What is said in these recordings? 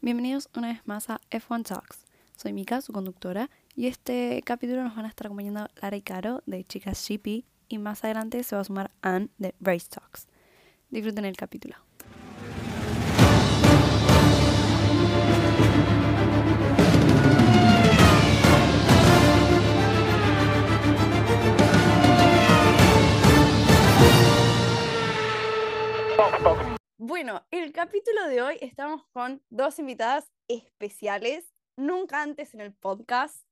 Bienvenidos una vez más a F1 Talks. Soy Mika, su conductora, y este capítulo nos van a estar acompañando Lara y Caro de Chicas GP y más adelante se va a sumar Anne de Race Talks. Disfruten el capítulo. Bueno, el capítulo de hoy estamos con dos invitadas especiales, nunca antes en el podcast,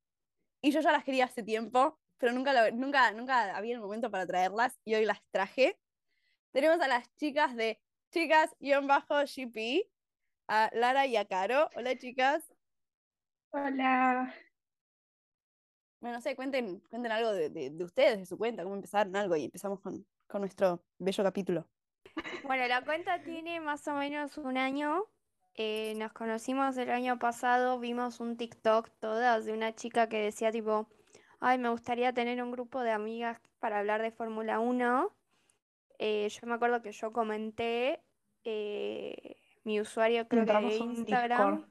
y yo ya las quería hace tiempo, pero nunca, lo- nunca, nunca había el momento para traerlas y hoy las traje. Tenemos a las chicas de chicas-gp, a Lara y a Caro. Hola chicas, Hola, bueno, no sé, cuenten, cuenten algo de, de- de ustedes, de su cuenta, cómo empezaron algo y empezamos con, con nuestro bello capítulo. Bueno, la cuenta tiene más o menos un año. Eh, nos conocimos el año pasado, vimos un TikTok todas de una chica que decía tipo, ay, me gustaría tener un grupo de amigas para hablar de Fórmula 1. Eh, yo me acuerdo que yo comenté, eh, mi usuario creo que de entramos un Instagram. Discord.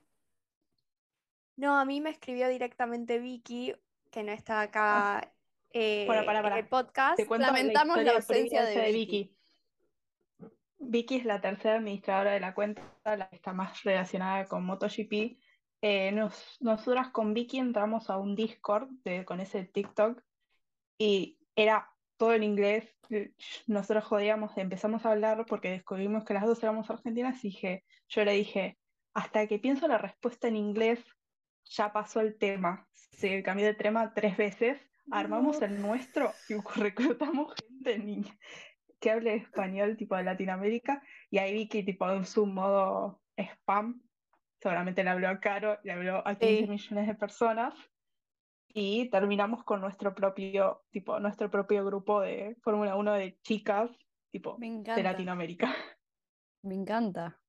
No, a mí me escribió directamente Vicky, que no está acá eh, Ah. Bueno, pará, en pará. el podcast. Te cuento la lamentamos la historia de ausencia de privilegia de Vicky. Vicky. Vicky es la tercera administradora de la cuenta, la que está más relacionada con MotoGP. Eh, nos- nosotras con Vicky entramos a un Discord de- con ese TikTok y era todo en inglés. eh, Nosotros jodíamos, empezamos a hablar porque descubrimos que las dos éramos argentinas y dije, yo le dije, hasta que pienso la respuesta en inglés, ya pasó el tema. Se cambió de tema tres veces, armamos el nuestro y reclutamos gente en in- que hable español, tipo de Latinoamérica, y ahí vi que tipo en su modo spam, seguramente le habló a Caro, le habló a 15 Sí. millones de personas, y terminamos con nuestro propio, tipo, nuestro propio grupo de Fórmula 1 de chicas, tipo, Me de encanta, Latinoamérica. me encanta.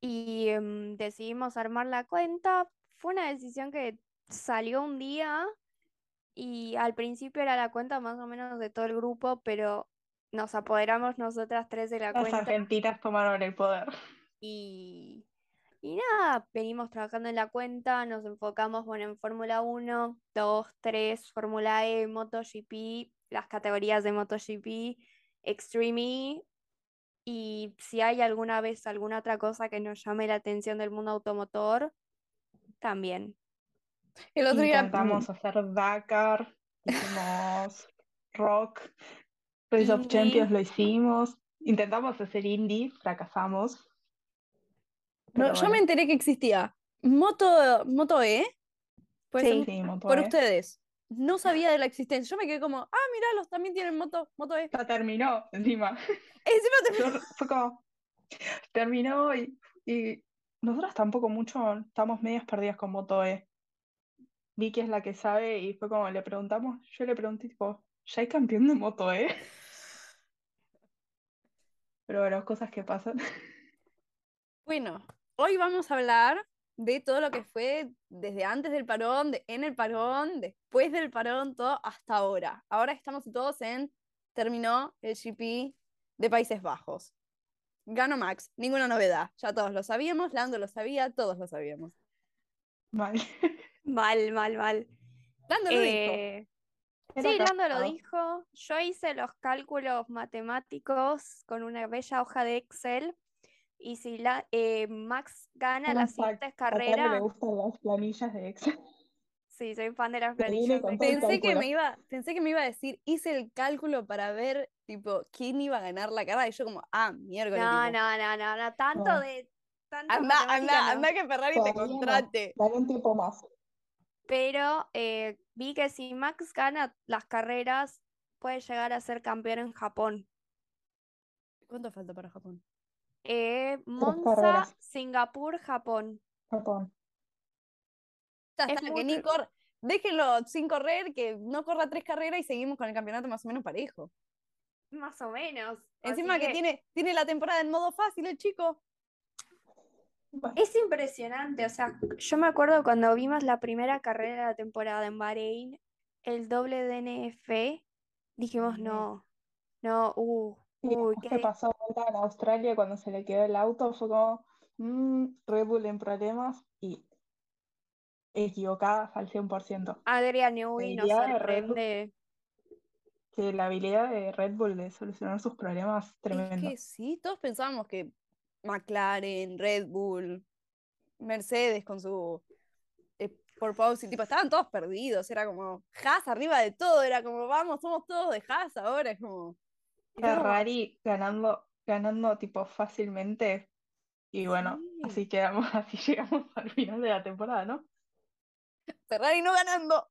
y em, decidimos armar la cuenta. Fue una decisión que salió un día y al principio era la cuenta más o menos de todo el grupo, pero nos apoderamos nosotras tres de la Las cuenta argentinas tomaron el poder. y, y nada, venimos trabajando en la cuenta, nos enfocamos bueno, en Fórmula 1, 2, 3, Fórmula E, MotoGP, las categorías de MotoGP, Extreme E, y si hay alguna vez alguna otra cosa que nos llame la atención del mundo automotor, también. El otro día mm, Intentamos hacer Dakar, hicimos Rock, Race of Indie. Champions lo hicimos, intentamos hacer indie, fracasamos. No, pero yo me bueno, enteré que existía Moto, Moto E, puede ser, Sí. sí, Moto por E. ustedes. No sabía de la existencia. Yo me quedé como, ah, mirá, los también tienen moto, moto E. Ya terminó, encima. Encima te- Yo- Fue como, terminó y, y nosotras tampoco mucho, estamos medias perdidas con Moto E. Vicky es la que sabe y fue como, le preguntamos, yo le pregunté tipo, ¿ya hay campeón de Moto E? Pero bueno, cosas que pasan. Bueno, hoy vamos a hablar de todo lo que fue desde antes del parón, de- en el parón, después del parón, todo hasta ahora. Ahora estamos todos en, terminó el GP de Países Bajos. Ganó Max, ninguna novedad. Ya todos lo sabíamos, Lando lo sabía, todos lo sabíamos. Mal. Mal, mal, mal. Lando lo dijo. Eh, Sí, Lando lo dijo. Yo hice los cálculos matemáticos con una bella hoja de Excel. Y si la, eh, Max gana Menos las mal, siguientes A Caro le carreras, gustan las planillas de Excel. sí, soy fan de las Te viene planillas de con todo el Excel. Pensé que, cálculo. me iba, pensé que me iba a decir, hice el cálculo para ver, tipo, quién iba a ganar la carrera. Y yo como, ah, miércoles. No, tipo, no, no, no, no, tanto No. de tanta Anda, matemática anda, no. anda que Ferrari te Todavía no. contrate. Dale un tiempo más. Pero eh, vi que si Max gana las carreras, puede llegar a ser campeón en Japón. ¿Cuánto falta para Japón? Eh, Monza, carreras. Singapur, Japón. Japón. Ya Es está, que muy ni cru- cor- Déjenlo sin correr, que no corra tres carreras y seguimos con el campeonato más o menos parejo. Más o menos. Así Encima que, que tiene, tiene la temporada en modo fácil el chico. Bueno, Es impresionante, o sea, yo me acuerdo cuando vimos la primera carrera de la temporada en Bahrein, el doble DNF, dijimos Sí. no, no, uh, y uy, después qué que de- pasó vuelta en Australia cuando se le quedó el auto, fue como, mm, Red Bull en problemas y equivocadas al 100%. Adrián Newey nos Sería Red Bull. sorprende. Que la habilidad de Red Bull de solucionar sus problemas, Es tremendo. que sí, todos pensábamos que McLaren, Red Bull, Mercedes con su eh, porpoising, tipo, estaban todos perdidos, era como Haas arriba de todo, era como, vamos, somos todos de Haas ahora, es como... y yo como, Ferrari ganando, ganando tipo fácilmente. Y bueno, Sí. así quedamos, así llegamos al final de la temporada, ¿no? Ferrari no ganando.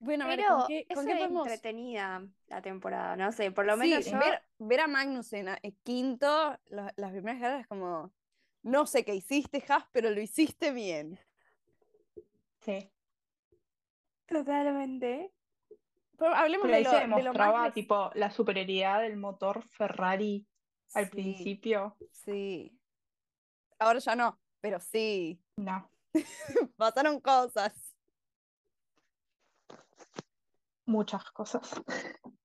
Bueno, a ver, ¿con Pero qué, es con qué podemos entretenida la temporada, no sé, por lo menos Sí, yo ver, ver a Magnussen a- eh, quinto, lo- las primeras carreras es como, no sé qué hiciste, Haas, pero lo hiciste bien. Sí. totalmente. Pero hablemos Pero de ahí lo, se de lo más demostraba reci- tipo la superioridad del motor Ferrari al Sí, principio. Sí. Ahora ya no, pero sí. No. Pasaron cosas. Muchas cosas.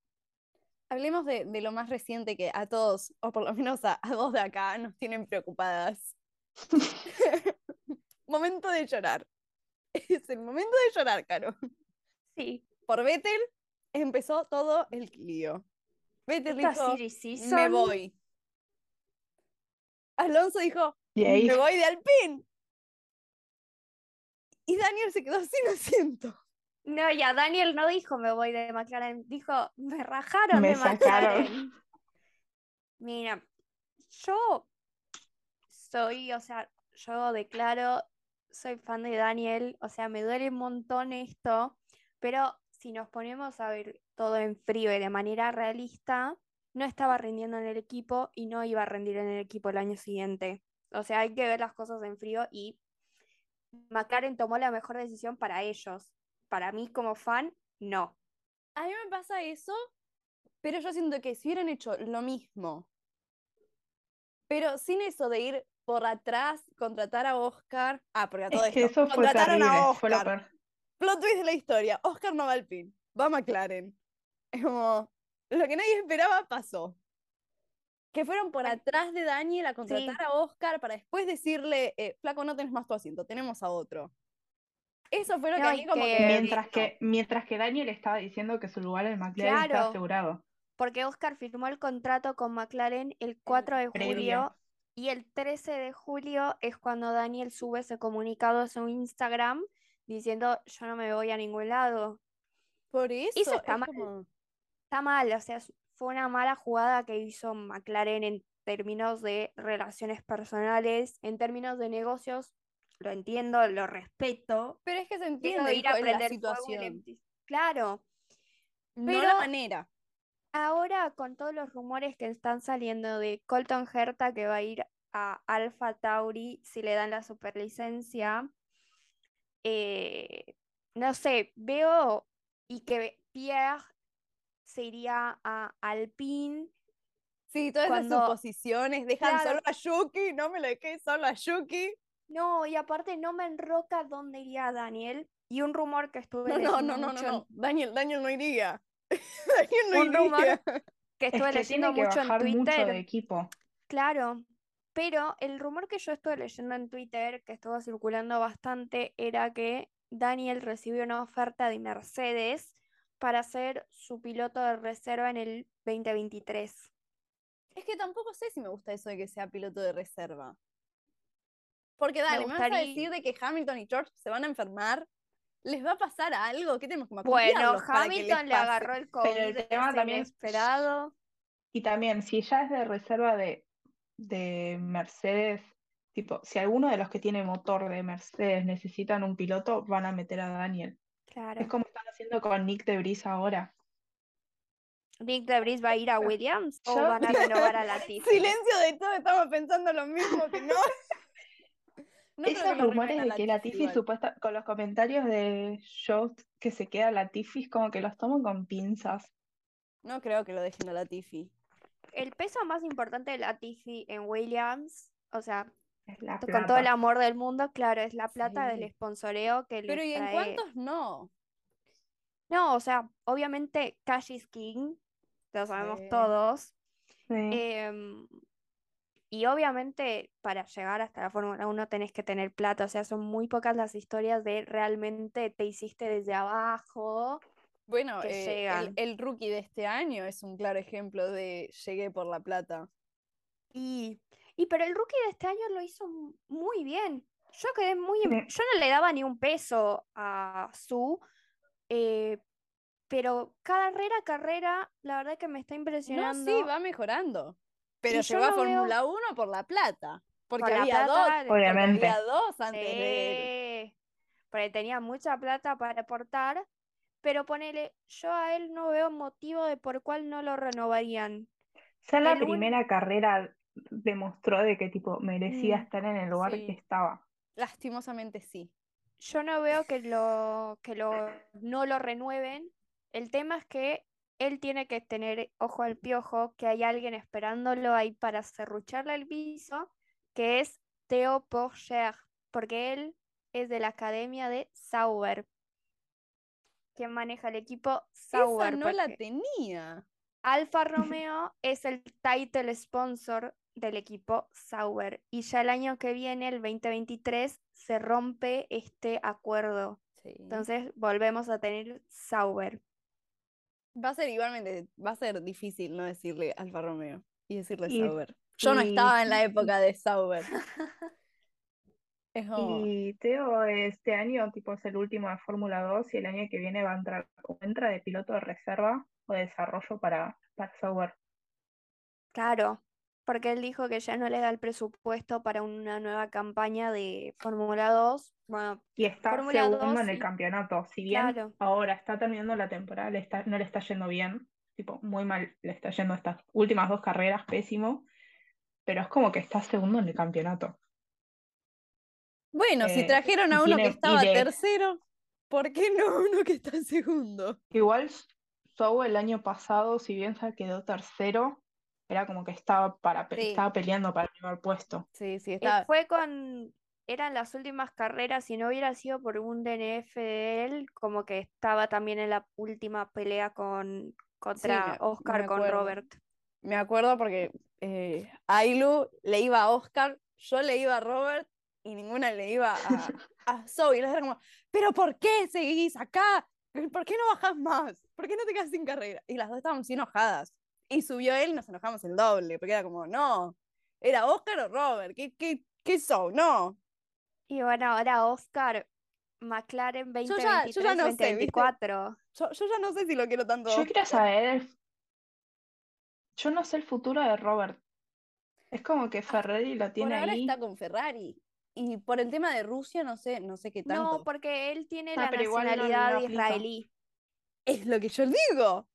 Hablemos de, de lo más reciente que a todos, o por lo menos a, a dos de acá, nos tienen preocupadas. Momento de llorar. Es el momento de llorar, Caro. Sí, Por Vettel empezó todo el lío. Vettel esta dijo, series me season, voy. Alonso dijo, Y ahí me voy de Alpine. Y Daniel se quedó sin asiento. No, ya Daniel no dijo me voy de McLaren, dijo me rajaron Me de sacaron". McLaren. Mira, yo soy, o sea, yo declaro, soy fan de Daniel, o sea, me duele un montón esto, pero si nos ponemos a ver todo en frío y de manera realista, no estaba rindiendo en el equipo y no iba a rendir en el equipo el año siguiente. O sea, hay que ver las cosas en frío y McLaren tomó la mejor decisión para ellos. Para mí como fan, no. A mí me pasa eso, pero yo siento que si hubieran hecho lo mismo, pero sin eso de ir por atrás, contratar a Oscar. Ah, porque a todo es que esto, eso fue contrataron terrible, a fue lo Oscar. peor. Plot twist de la historia. Oscar no va al pin, va a McLaren. Es como, lo que nadie esperaba pasó. Que fueron por Ay. atrás de Daniel a contratar a Oscar para después decirle, eh, flaco, no tenés más tu asiento, tenemos a otro. Eso fue lo que No, a y mí como que- que me Eh, Mientras vino. que, mientras que Daniel estaba diciendo que su lugar en McLaren está Claro. asegurado. Porque Oscar firmó el contrato con McLaren el 4 de previo. julio y el 13 de julio es cuando Daniel sube ese comunicado a su Instagram diciendo yo no me voy a ningún lado. Por eso está es mal. como- Está mal, o sea, es- fue una mala jugada que hizo McLaren en términos de relaciones personales, en términos de negocios, lo entiendo, lo respeto. Pero es que se y eso entiende de ir a dijo, en la prender fuego en el situación. piso. Claro. no la Pero- manera. Ahora, con todos los rumores que están saliendo de Colton Herta que va a ir a Alpha Tauri si le dan la superlicencia, eh, no sé, veo y que Pierre se iría a Alpine. Sí, todas Cuando- esas suposiciones, dejan Claro. solo a Yuki, no me lo dejé solo a Yuki. No, y aparte no me enroca dónde iría Daniel. Y un rumor que estuve No, no, no, no, leyendo no, mucho en- no. Daniel, Daniel no iría. Daniel no Un rumor iría. que Es estuve que leyendo tiene que mucho en bajar mucho Twitter. de equipo. Claro, pero el rumor que yo estuve leyendo en Twitter, que estuvo circulando bastante, era que Daniel recibió una oferta de Mercedes para ser su piloto de reserva en el 2023. Es que tampoco sé si me gusta eso de que sea piloto de reserva. Porque dale, me, vas a gustaría- decir de que Hamilton y George se van a enfermar. ¿les va a pasar algo? ¿Qué tenemos que Bueno, macutearlos para que les Hamilton le pase? agarró el Pero el COVID, es tema también- inesperado. Y también, si ya es de reserva de, de Mercedes, tipo, si alguno de los que tiene motor de Mercedes necesitan un piloto, van a meter a Daniel. Claro. Es como están haciendo con Nick de Bris ahora. ¿Nick de Vries va a ir a Williams o Yo- van a renovar a Latifi? Silencio de todo, estamos pensando lo mismo que no. No creo Esos que lo rumores renueven de a que Latifi igual. supuesta, con los comentarios de Joe que se queda Latifi, es como que los toman con pinzas. No creo que lo dejen a Latifi. El peso más importante de Latifi en Williams, o sea, Es la Con todo el plata. amor del mundo, claro, es la plata del Sí. sponsoreo que le Pero ¿y en trae- cuántos no? No, o sea, obviamente Cash is King, lo sabemos Sí. todos. Sí. em, Y obviamente para llegar hasta la Fórmula 1 tenés que tener plata, o sea, son muy pocas las historias de realmente te hiciste desde abajo. Bueno, que eh, el- llegan. el, rookie de este año es un claro ejemplo de llegué por la plata. Y, y pero el rookie de este año lo hizo mu- muy bien. Yo quedé muy... em, Sí. Yo no le daba ni un peso a Su, eh, pero carrera a carrera, la verdad que me está No, impresionando. sí, va mejorando. Pero Y yo llegó a lo veo- Fórmula 1 por la plata. Porque Por la había plata, dos, de- porque Obviamente. había dos antes de él. Sí, porque tenía mucha plata para aportar, pero ponele, yo a él no veo motivo de por cuál no lo renovarían. Ya en la El un- primera carrera demostró de que tipo merecía Mm, estar en el lugar sí. que estaba. Lastimosamente sí. Yo no veo que lo, que lo, no lo renueven. El tema es que él tiene que tener ojo al piojo, que hay alguien esperándolo ahí para cerrucharle el piso, que es Theo Porcher, porque él es de la academia de Sauber, que maneja el equipo Esa Sauber. no la porque- tenía. Alfa Romeo es el title sponsor del equipo Sauber y ya el año que viene, el 2023, se rompe este acuerdo. Entonces volvemos a tener Sauber. Va a ser igualmente, va a ser difícil no decirle Alfa Romeo y decirle Y- Sauber. Yo no y- estaba en la época de Sauber. Es como, Y Teo este año tipo es el último de Fórmula 2 y el año que viene va a entrar o entra de piloto de reserva o de desarrollo para, para software. Claro, porque él dijo que ya no le da el presupuesto para una nueva campaña de Fórmula 2. Bueno, Y está Fórmula segundo 2, en el sí. campeonato. Si bien Claro. ahora está terminando la temporada, le está, no le está yendo bien, tipo muy mal le está yendo estas últimas dos carreras, pésimo, pero es como que está segundo en el campeonato. bueno, si Eh, trajeron a y uno que tiene- y estaba de- tercero, ¿por qué no a uno que está en segundo? Igual Zhou el año pasado, si bien se quedó tercero, era como que estaba para pe- Sí. estaba peleando para el primer puesto. Sí, sí, Eh, Fue con, eran las últimas carreras, si no hubiera sido por un DNF de él, como que estaba también en la última pelea con, contra me- me Oscar, con acuerdo. Robert. Me acuerdo porque eh, Ailu le iba a Oscar, yo le iba a Robert y ninguna le iba a, a Zoe. Y las era como, ¿pero por qué seguís acá? ¿Por qué no bajás más? ¿Por qué no te quedas sin carrera? Y las dos estábamos así enojadas. Y subió él y nos enojamos el doble, porque era como, no, era Oscar o Robert, ¿qué, qué, qué Zoe? No. Y bueno, ahora Oscar, McLaren Yo ya- yo ya 2023, no sé, ¿viste? 2024. Yo, yo ya no sé si lo quiero tanto. Yo quiero saber, el- yo no sé el futuro de Robert. Es como que Ferrari lo Ah, Por tiene ahora ahí. está con Ferrari. Y por el tema de Rusia, no sé, no sé qué tanto. No, porque él tiene Ah, la pero igual no- no nacionalidad aplica. israelí. Es lo que yo digo.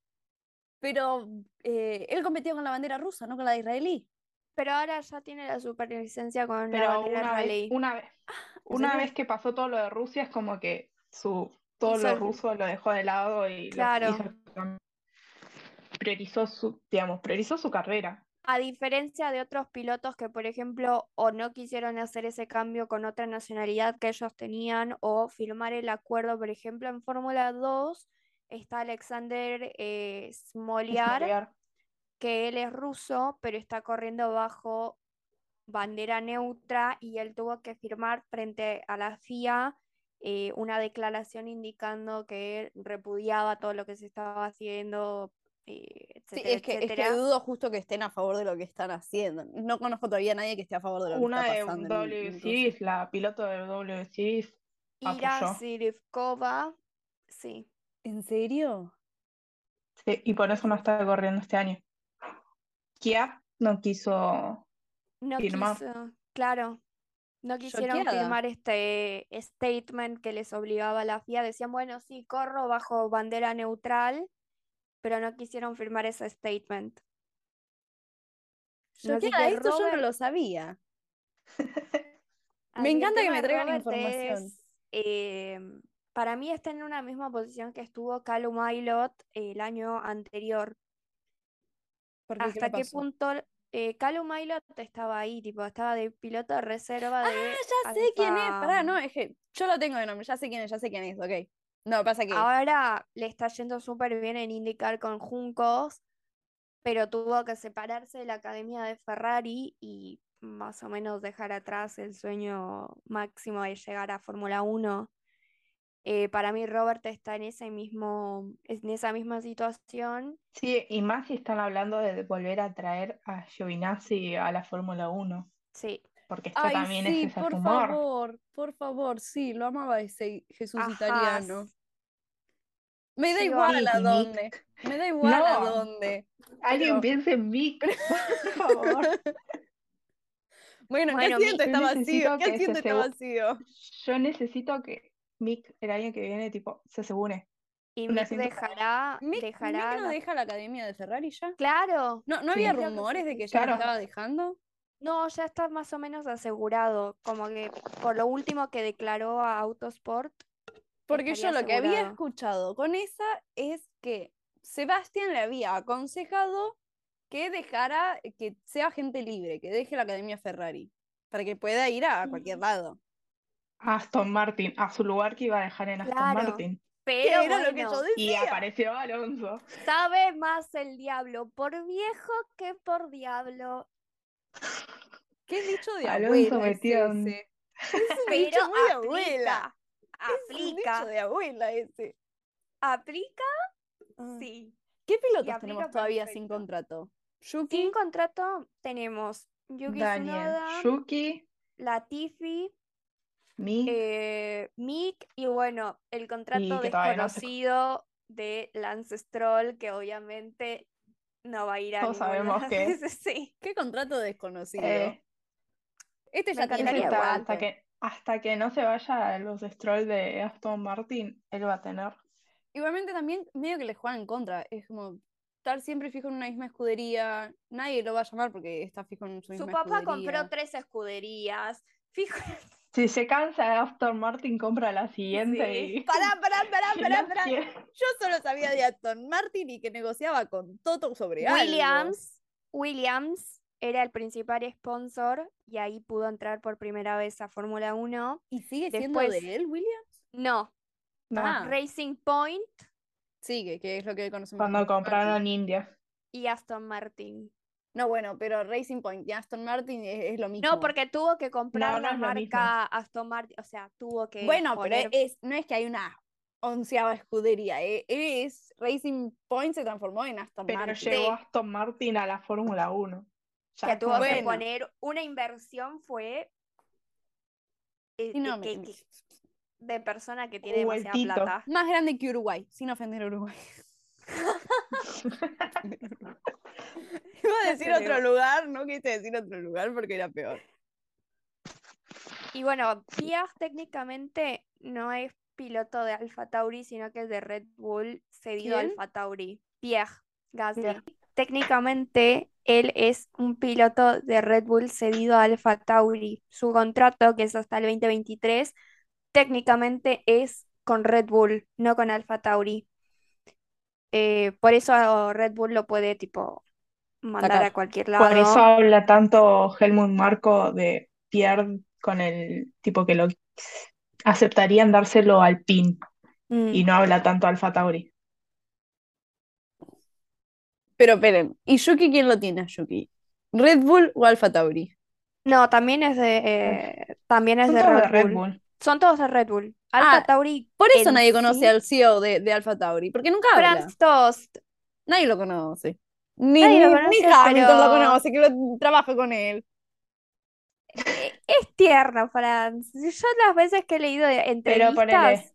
Pero eh, él competía con la bandera rusa, no con la de israelí. Pero ahora ya tiene la superlicencia con la Pero bandera una vez, israelí. una vez, una Ah, serio? vez que pasó todo lo de Rusia, es como que su, todo Hizo lo el- ruso lo dejó de lado y lo Claro. hizo cam- priorizó su, digamos, priorizó su carrera. A diferencia de otros pilotos que, por ejemplo, o no quisieron hacer ese cambio con otra nacionalidad que ellos tenían, o firmar el acuerdo, por ejemplo, en Fórmula 2 está Alexander eh, Smoliar, Smoliar. que él es ruso, pero está corriendo bajo bandera neutra y él tuvo que firmar frente a la FIA eh, una declaración indicando que él repudiaba todo lo que se estaba haciendo, eh, Sí, etcétera, es que, es que etcétera. dudo justo que estén a favor de lo que están haciendo. No conozco todavía a nadie que esté a favor de lo que Una está de pasando. en- en W Rusia. Series, la piloto de W Series, Ira apoyó. Sirivkova, sí. ¿En serio? Sí, y por eso no está corriendo este año. Kia no quiso. No Firmar. quiso, claro. No quisieron Choqueada. firmar este statement que les obligaba a la FIA. Decían, bueno, sí, corro bajo bandera neutral, pero no quisieron firmar ese statement. Yo, Así queda, que esto yo no Robert- lo sabía. Me Así el encanta que tema me de traigan Robert información. es, eh, para mí está en una misma posición que estuvo Calum Aylot el año anterior. ¿Por qué? ¿Qué ¿Hasta le qué pasó? punto eh, Calum Aylot estaba ahí? Tipo, estaba de piloto de reserva de Ah, Ya sé quién es. Pará, Alfa. no, es que yo lo tengo de nombre. Ya sé quién es, ya sé quién es. Ok. No, pasa que. Ahora le está yendo súper bien en IndyCar con Juncos, pero tuvo que separarse de la academia de Ferrari y más o menos dejar atrás el sueño máximo de llegar a Fórmula 1. Eh, para mí Robert está en ese mismo, en esa misma situación. Sí, y más si están hablando de volver a traer a Giovinazzi a la Fórmula 1, Sí, porque está Ay, también sí, ese por rumor. favor, por favor, sí, lo amaba ese Jesús Ajá, italiano. Me da Sí, igual Sí, a y dónde, Mick. me da igual a No. dónde. Alguien pero- piense en mí, por favor. Bueno, ¿qué Bueno, asiento está Mick, yo vacío? necesito ¿Qué que ese asiento está segu- vacío? Yo necesito que Mick el año que viene, tipo, se asegure. y Un Mick asiento para- dejará, Mick, Mick dejará no la- deja la academia de Ferrari ya? Claro, ¿No, no Sí. había Creo que rumores sí. de que ya la Claro. estaba dejando? no, ya está más o menos asegurado, como que por lo último que declaró a Autosport, Porque yo estaría lo que había asegurado. escuchado con esa es que Sebastián le había aconsejado que dejara, que sea gente libre, que deje la academia Ferrari, para que pueda ir a cualquier Ujú. lado. Aston Martin, a su lugar que iba a dejar en Aston Claro. Martin. Que Pero era lo que bueno, yo Y decía. apareció Alonso. sabe más el diablo por viejo que por diablo. ¿Qué dicho de Alonso abuela es metió un- ese? Es un Pero dicho muy de abuela. aplica, Es un dicho aplica, de abuela ese. aplica, Ah. sí. ¿Qué pilotos aplica tenemos todavía sin perfecto. contrato? Yuki, Sin contrato tenemos Yuki Daniel, Tsunoda, Yuki, Latifi, Mick. eh, Mick y bueno, el contrato que todavía no se- desconocido de Lance Stroll, que obviamente no va a ir a Todos ninguna sabemos que- de esas- sí. ¿qué contrato desconocido? eh, este me ya tiene ese encantaría está- igual, contrato. hasta que, hasta que no se vaya a los Stroll de Aston Martin, él va a tener. Igualmente también medio que le juegan en contra. Es como estar siempre fijo en una misma escudería. Nadie lo va a llamar porque está fijo en su Su misma papá escudería. compró tres escuderías. Fijo. Si se cansa de Aston Martin, compra la siguiente Sí. y. Pará, pará, pará, y pará, la pará. quiere. Yo solo sabía de Aston Martin y que negociaba con Toto sobre algo. Williams, Williams era el principal sponsor y ahí pudo entrar por primera vez a Fórmula 1. ¿Y sigue siendo Después- de él, Williams? No, No, Ah. Racing Point Sigue, que es lo que conocemos cuando como Aston Martin. compraron India. y Aston Martin. No, bueno, pero Racing Point y Aston Martin es, es lo mismo. No, porque tuvo que comprar no la es lo mismo. marca Aston Martin, o sea, tuvo que Bueno, pero poner- es, no es que hay una onceava escudería. eh, Es Racing Point se transformó en Aston Pero Martin. llegó Aston Martin a la Fórmula 1. Ya que es tuvo como que Bueno. poner una inversión fue eh, Sí, no, eh, me- que- que- de persona que tiene Hubo el demasiada Tito. plata. Más grande que Uruguay, sin ofender a Uruguay. Iba a decir Pero- otro lugar, no quise decir otro lugar porque era peor. Y bueno, Díaz técnicamente no es piloto de Alfa Tauri, sino que es de Red Bull cedido a ¿Quién? Alfa Tauri. Pierre Gasly. Pierre. Técnicamente él es un piloto de Red Bull cedido a Alfa Tauri. Su contrato, que es hasta el 2023, técnicamente es con Red Bull, no con Alfa Tauri. Eh, por eso Red Bull lo puede tipo mandar Sacar. a cualquier Por eso lado. habla tanto Helmut Marco de Pierre con el tipo que lo aceptarían dárselo al PIN Mm. y no habla tanto Alfa Tauri. Pero esperen, ¿y Yuki quién lo tiene a Yuki? ¿Red Bull o Alfa Tauri? No, también es de, eh, también es Son de todos Red Bull. Son todos de Red Bull. Ah, Alfa Tauri Por eso en nadie conoce sí, al CEO de, de Alfa Tauri, porque nunca habla. Franz Tost. Nadie lo conoce. Ni, Nadie lo ni- conoce, ni Hamilton pero- lo conoce, que lo trabaja con él. Eh, Es tierno, Franz. Yo las veces que he leído de Pero ponele, entrevistas,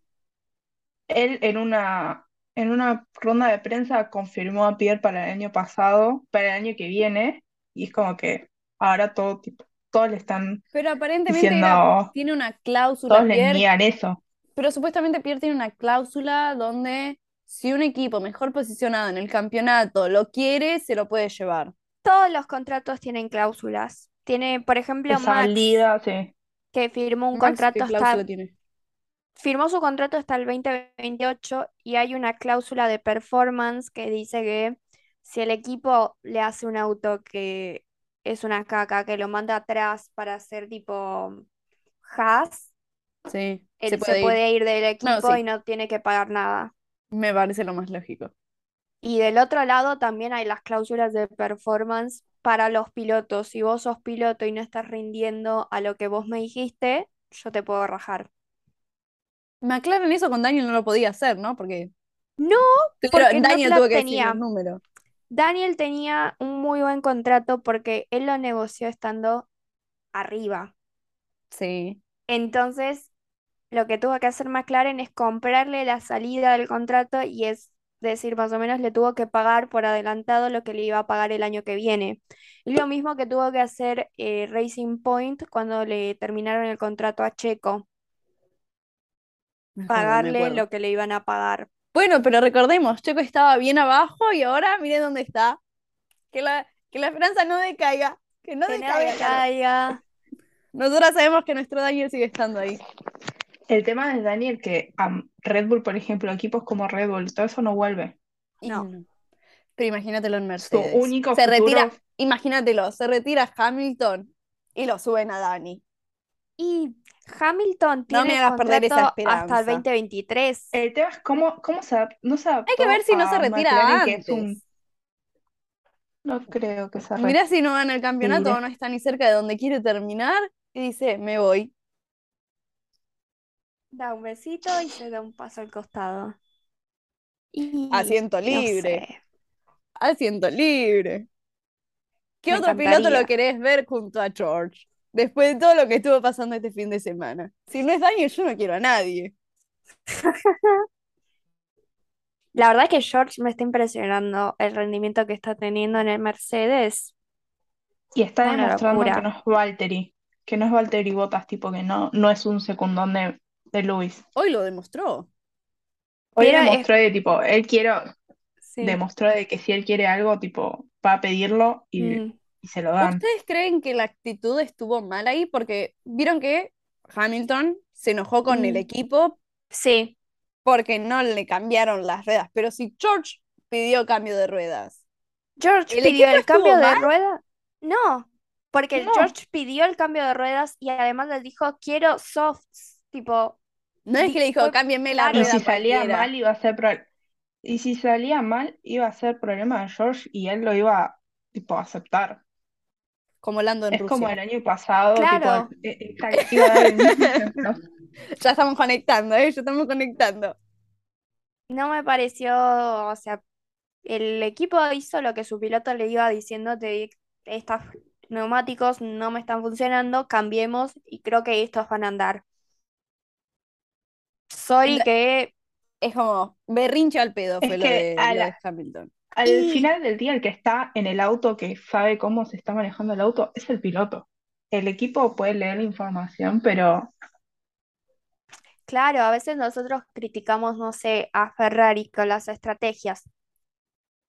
él en una, en una ronda de prensa confirmó a Pierre para el año pasado, para el año que viene, y es como que ahora todo tipo, todos le están Pero aparentemente era- diciendo, tiene una cláusula todos le Pierre, niegan eso. pero supuestamente Pierre tiene una cláusula donde si un equipo mejor posicionado en el campeonato lo quiere, se lo puede llevar. todos los contratos tienen cláusulas. Tiene, por De ejemplo, Max, salida, sí. que firmó un Max, ¿qué contrato cláusula hasta, tiene? firmó su contrato hasta el 2028 y hay una cláusula de performance que dice que si el equipo le hace un auto que es una caca, que lo manda atrás para hacer tipo mm, Haas, Sí, se él puede se ir. puede ir del No, equipo sí. y no tiene que pagar nada. Me parece lo más lógico. Y del otro lado también hay las cláusulas de performance para los pilotos. Si vos sos piloto y no estás rindiendo a lo que vos me dijiste, yo te puedo rajar. Me aclaran eso con Daniel no lo podía hacer, ¿no? Porque No, Pero porque no Daniel la tuvo que decir tenía. los números. Daniel tenía un muy buen contrato porque él lo negoció estando arriba. Sí. Entonces, lo que tuvo que hacer McLaren es comprarle la salida del contrato y es decir, más o menos le tuvo que pagar por adelantado lo que le iba a pagar el año que viene. Y lo mismo que tuvo que hacer eh, Racing Point cuando le terminaron el contrato a Checo, me acuerdo, me pagarle acuerdo. lo que le iban a pagar. Bueno, pero recordemos, Checo estaba bien abajo y ahora miren dónde está. Que la, que la esperanza no decaiga. Que no Que nada decaiga. caiga. Nosotras sabemos que nuestro Daniel sigue estando ahí. El tema de Daniel, que am, Red Bull, por ejemplo, equipos como Red Bull, todo eso no vuelve. Y No. Pero imagínatelo en Su Mercedes. único se futuro- retira, imagínatelo, se retira Hamilton y lo suben a Dani. Y Hamilton No me tiene el hagas perder esa contrato hasta esperanza. el 2023. El tema es cómo, cómo se adap- no se Hay que ver si no se retira antes. No creo que se retire. Mirá si no gana el campeonato Mire. o no está ni cerca de donde quiere terminar y dice, me voy. Da un besito y se da un paso al costado. Y Asiento no libre. sé. Asiento libre. ¿Qué Me otro piloto lo encantaría. querés ver junto a George? Después de todo lo que estuvo pasando este fin de semana. Si no es Daniel, yo no quiero a nadie. La verdad que George me está impresionando el rendimiento que está teniendo en el Mercedes. Y está Una demostrando que locura. no es Valtteri, que no es Valtteri Bottas, tipo que no, no es un secundón de, de Lewis. Hoy lo demostró. Hoy Pero es- demostró de tipo, él quiero, Sí. demostró de que si él quiere algo, tipo, va a pedirlo y, Mm. y se lo dan. ¿Ustedes creen que la actitud estuvo mal ahí? Porque vieron que Hamilton se enojó con el Mm. equipo Sí. porque no le cambiaron las ruedas. Pero si George pidió cambio de ruedas, George ¿El pidió equipo el cambio estuvo de mal? rueda. No, porque No. George pidió el cambio de ruedas y además le dijo, quiero softs, tipo, no es que le dijo, Fue- cámbienme la claro. Y rueda "Ah, si salía cualquiera". mal iba a ser pro- y si salía mal iba a ser problema de George y él lo iba tipo a aceptar. Como Lando en Es como Rusia. el año pasado, tipo, Claro. eh, eh, exacto, iba a dar el mismo ejemplo. Ya estamos conectando, ¿eh? Ya estamos conectando. no me pareció, o sea, el equipo hizo lo que su piloto le iba diciendo, te, estos neumáticos no me están funcionando, cambiemos y creo que estos van a andar. Sorry La- que Es como berrinche al pedo Es fue lo que de, a lo la- de Hamilton. Al Y- final del día, el que está en el auto, que sabe cómo se está manejando el auto, es el piloto. El equipo puede leer la información, pero Claro, a veces nosotros criticamos, no sé, a Ferrari con las estrategias.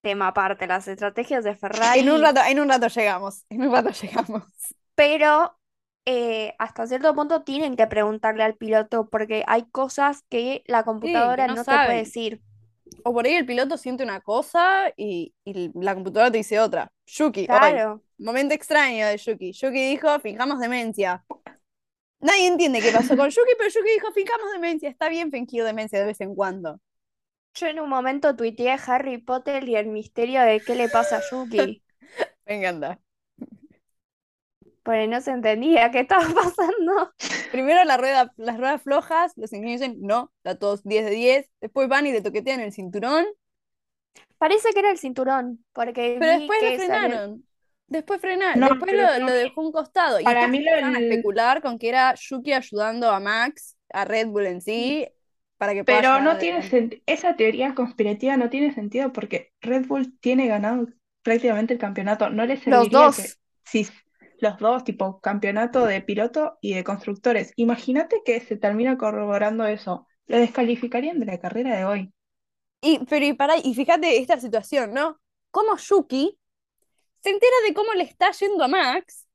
Tema aparte, las estrategias de Ferrari, En un rato, en un rato llegamos, en un rato llegamos. pero eh, hasta cierto punto tienen que preguntarle al piloto porque hay cosas que la computadora no no te puede saben. decir. O por ahí el piloto siente una cosa y, y la computadora te dice otra. Yuki, hoy. Claro, Momento extraño de Yuki. Yuki dijo, fijamos demencia. Nadie entiende qué pasó con Yuki, pero Yuki dijo, fijamos demencia. Está bien fingir demencia de vez en cuando. yo en un momento tuiteé Harry Potter y el misterio de qué le pasa a Yuki, Me encanta. porque no se entendía qué estaba pasando. Primero la rueda, las ruedas flojas, los ingenieros dicen, no, da todos 10 de 10. Después van y le toquetean el cinturón. Parece que era el cinturón, porque Pero vi después que lo salió- frenaron. Después frenaron. No, después pero lo, creo lo que- dejó a un costado. Y para después mí lo empezaron a del- especular con que era Yuki ayudando a Max, a Red Bull en sí, para que pueda pero llegar no tiene adelante. sentido. Esa teoría conspirativa no tiene sentido porque Red Bull tiene ganado prácticamente el campeonato. No le Los serviría dos. que sí, los dos, tipo campeonato de piloto y de constructores. Imagínate que se termina corroborando eso. Lo descalificarían de la carrera de hoy. Y, pero y pará, y fíjate esta situación, ¿no? Cómo Yuki se entera de cómo le está yendo a Max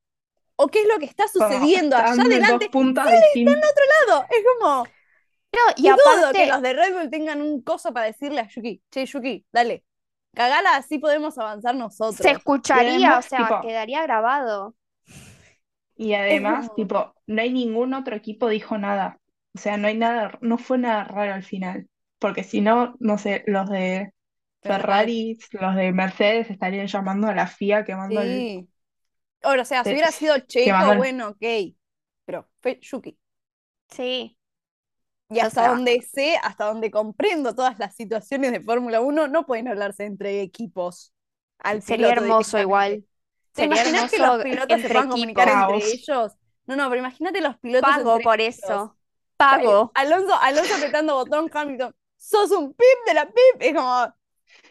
o qué es lo que está sucediendo allá Están en adelante. dos puntas distintas. Todo. Es como, No, y y dudo que aparte, los de Red Bull tengan un coso para decirle a Yuki, che, Yuki, dale, cagala, así podemos avanzar nosotros. Se escucharía, o además, sea, tipo- quedaría grabado. Y además, como- tipo, no hay ningún otro equipo dijo nada. O sea, no hay nada, no fue nada raro al final. Porque si no, no sé, los de Ferrari, los de Mercedes estarían llamando a la FIA quemando el... Sí. Ahora, o sea, si Te- hubiera sido Checo, mandó el- bueno, ok. Pero fue Yuki. Sí. Y O hasta sea- donde sé, hasta donde comprendo todas las situaciones de Fórmula 1, no pueden hablarse entre equipos. Al Sería piloto hermoso directamente. igual. ¿Te Sería imaginas que hermoso los pilotos se entre puedan comunicar equipos. entre ellos? No, no, pero imagínate los pilotos Pago entre por ellos. eso. Pago. Alonso, Alonso apretando botón, Hamilton, sos un pip de la pip. Es como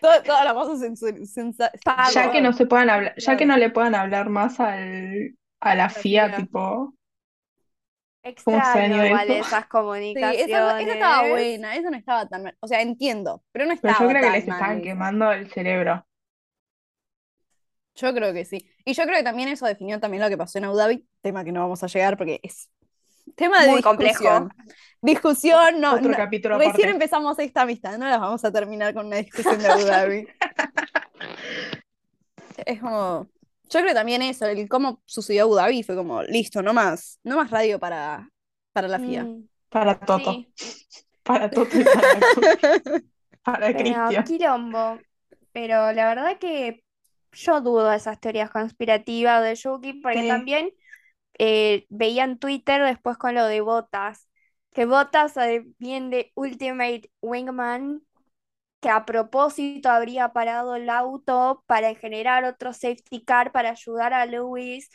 todo- todas las cosas sensu- sensa- Pago. Ya que no se puedan hablar, ya que Ah, Claro. no le puedan hablar más al, a la FIA, FIA. tipo, Extraño sueño igual Sí, esas eso. esa, esa estaba comunicaciones. buena, esa no estaba tan mal. O sea, entiendo, pero no pero yo estaba creo que tan les estaban mal. quemando el cerebro. Yo creo que sí. Y yo creo que también eso definió también lo que pasó en Abu Dhabi, tema que no vamos a llegar porque es tema de Muy complejo. discusión. Discusión, no, Otro no- capítulo recién aparte. empezamos esta amistad, no las vamos a terminar con una discusión de Abu Dhabi. Es como, yo creo que también eso, el cómo sucedió Abu Dhabi fue como, listo, no más, no más radio para, para la FIA. Mm, Para Toto, sí. para Toto y para, para Pero Cristian. quilombo. Pero la verdad que yo dudo de esas teorías conspirativas de Yuki, porque Sí. también eh, veía en Twitter después con lo de Botas, que Botas eh, viene de Ultimate Wingman, que a propósito habría parado el auto para generar otro safety car para ayudar a Lewis.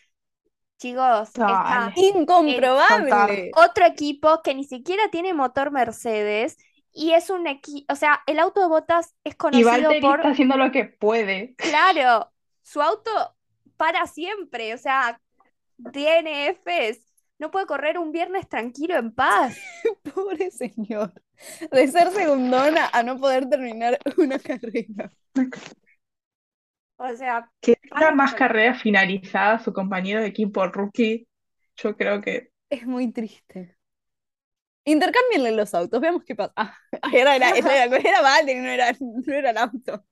Chicos, está Dale. Incomprobable. Contar. otro equipo que ni siquiera tiene motor Mercedes y es un equipo, o sea, el auto de Botas es Y conocido Valtteri por, está haciendo lo que puede. claro, su auto para siempre, o sea, DNFs, no puede correr un viernes tranquilo en paz. Pobre señor. De ser segundona a no poder terminar una carrera. O sea, Que tenga Ay, más Ah, no. carreras finalizadas, su compañero de equipo rookie, yo creo que Es muy triste. Intercámbienle los autos, veamos qué pasa. Ah, era, era, era, era, Valtteri, no era, no era el auto.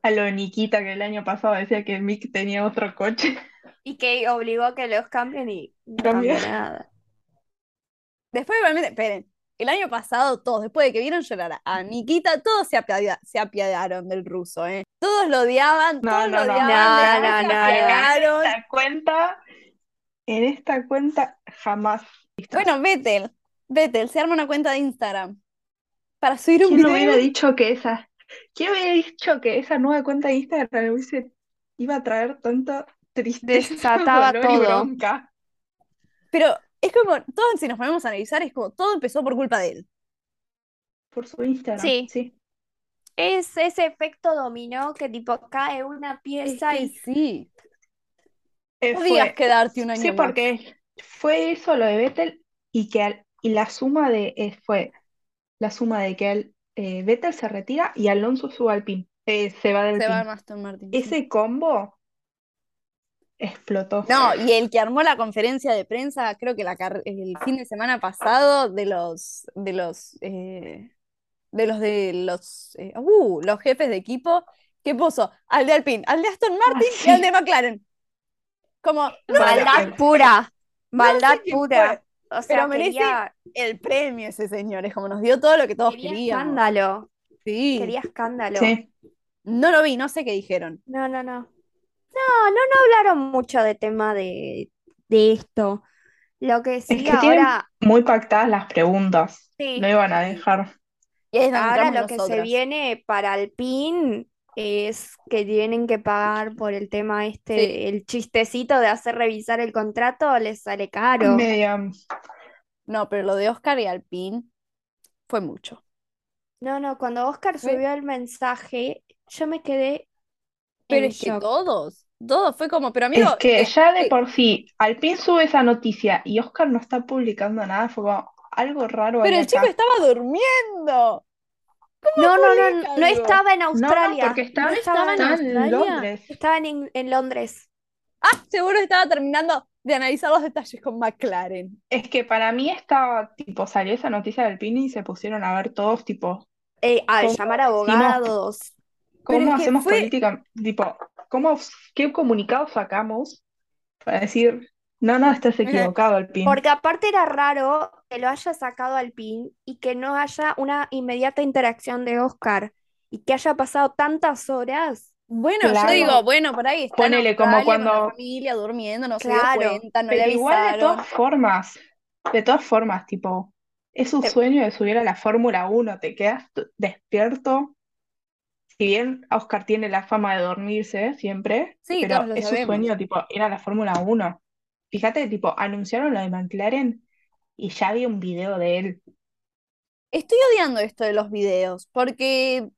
a lo Nikita que el año pasado decía que el Mick tenía otro coche. y que obligó a que los cambien y no Cambió. cambió nada. Después, realmente, esperen, el año pasado todos, después de que vieron llorar a- a Nikita, todos se, apiada- se apiadaron del ruso, ¿eh? Todos lo odiaban, No, todos no, lo no. odiaban, No, después se no, no. apiadaron. esta cuenta, en esta cuenta jamás. Bueno, Vettel, Vettel, se arma una cuenta de Instagram para subir un ¿Quién video. hubiera dicho que esa, quién hubiera dicho que esa nueva cuenta de Instagram hubiese- iba a traer tanta tristeza, Desataba dolor y todo. bronca? Pero es como, todos, si nos ponemos a analizar, es como, todo empezó por culpa de él. Por su Instagram, Sí. sí. Es ese efecto dominó que tipo cae una pieza y sí. Eh, Podías fue- quedarte un año Sí, más. porque fue eso lo de Vettel y que al- y la suma de eh, fue la suma de que al- eh, Vettel se retira y Alonso sube al pin, eh, se va del se va pin. Aston Martin. sí. Ese combo explotó. No, y el que armó la conferencia de prensa, creo que la car- el fin de semana pasado, de los, de los, eh, de los de los, eh, uh, los jefes de equipo, que puso al de Alpine, al de Aston Martin Ah, y al sí. de McLaren. Como, no, maldad pura, maldad quién pura. O sea, pero merece quería, el premio ese señor, es como nos dio todo lo que todos quería queríamos. escándalo, Sí. quería escándalo. Sí. No lo vi, no sé qué dijeron. No, no, no. No, no, no hablaron mucho de tema de, de esto. Lo que sí que tienen- ahora, Muy pactadas las preguntas. sí, No iban a Sí. dejar. Y ahí es donde ahora entramos lo que se nosotras. viene para el PIN es que tienen que pagar por el tema este, Sí. el chistecito de hacer revisar el contrato, les sale caro. Media- No, pero lo de Oscar y Alpine fue mucho. No, no, cuando Oscar Me- subió el mensaje, yo me quedé Pero en es que shock. todos, todos fue como, pero Es amigo, que eh, ya de eh, por sí, Alpine sube esa noticia y Oscar no está publicando nada, fue como algo raro pero hay el chico acá. estaba durmiendo. No, no, no, publica no, no algo? estaba en No, no, Australia, porque no estaba, estaba en estaba Australia, Londres. estaba en, en Londres. Ah, seguro estaba terminando de analizar los detalles con McLaren. Es que para mí estaba, tipo, salió esa noticia del Pini y se pusieron a ver todos, tipo, Eh, a ¿Cómo llamar decimos? abogados. Pero ¿cómo es que hacemos fue- política? Tipo, ¿cómo, qué comunicado sacamos para decir, no, no, estás equivocado, Alpine? Porque aparte era raro que lo haya sacado al PIN y que no haya una inmediata interacción de Oscar. y que haya pasado tantas horas. Bueno, yo Claro. digo, bueno, por ahí está en Ponele como Australia con la cuando- familia durmiendo, no se Claro, dio cuenta, no le Pero igual de avisaron. todas formas, de todas formas, tipo, es un Eh, Pero- sueño de subir a la Fórmula 1, te quedas t- despierto. Si bien Oscar tiene la fama de dormirse siempre, Sí, pero todos lo es un sabemos. sueño, tipo, ir a la Fórmula 1. Fíjate, tipo, anunciaron lo de McLaren y ya había un video de él. Estoy odiando esto de los videos, porque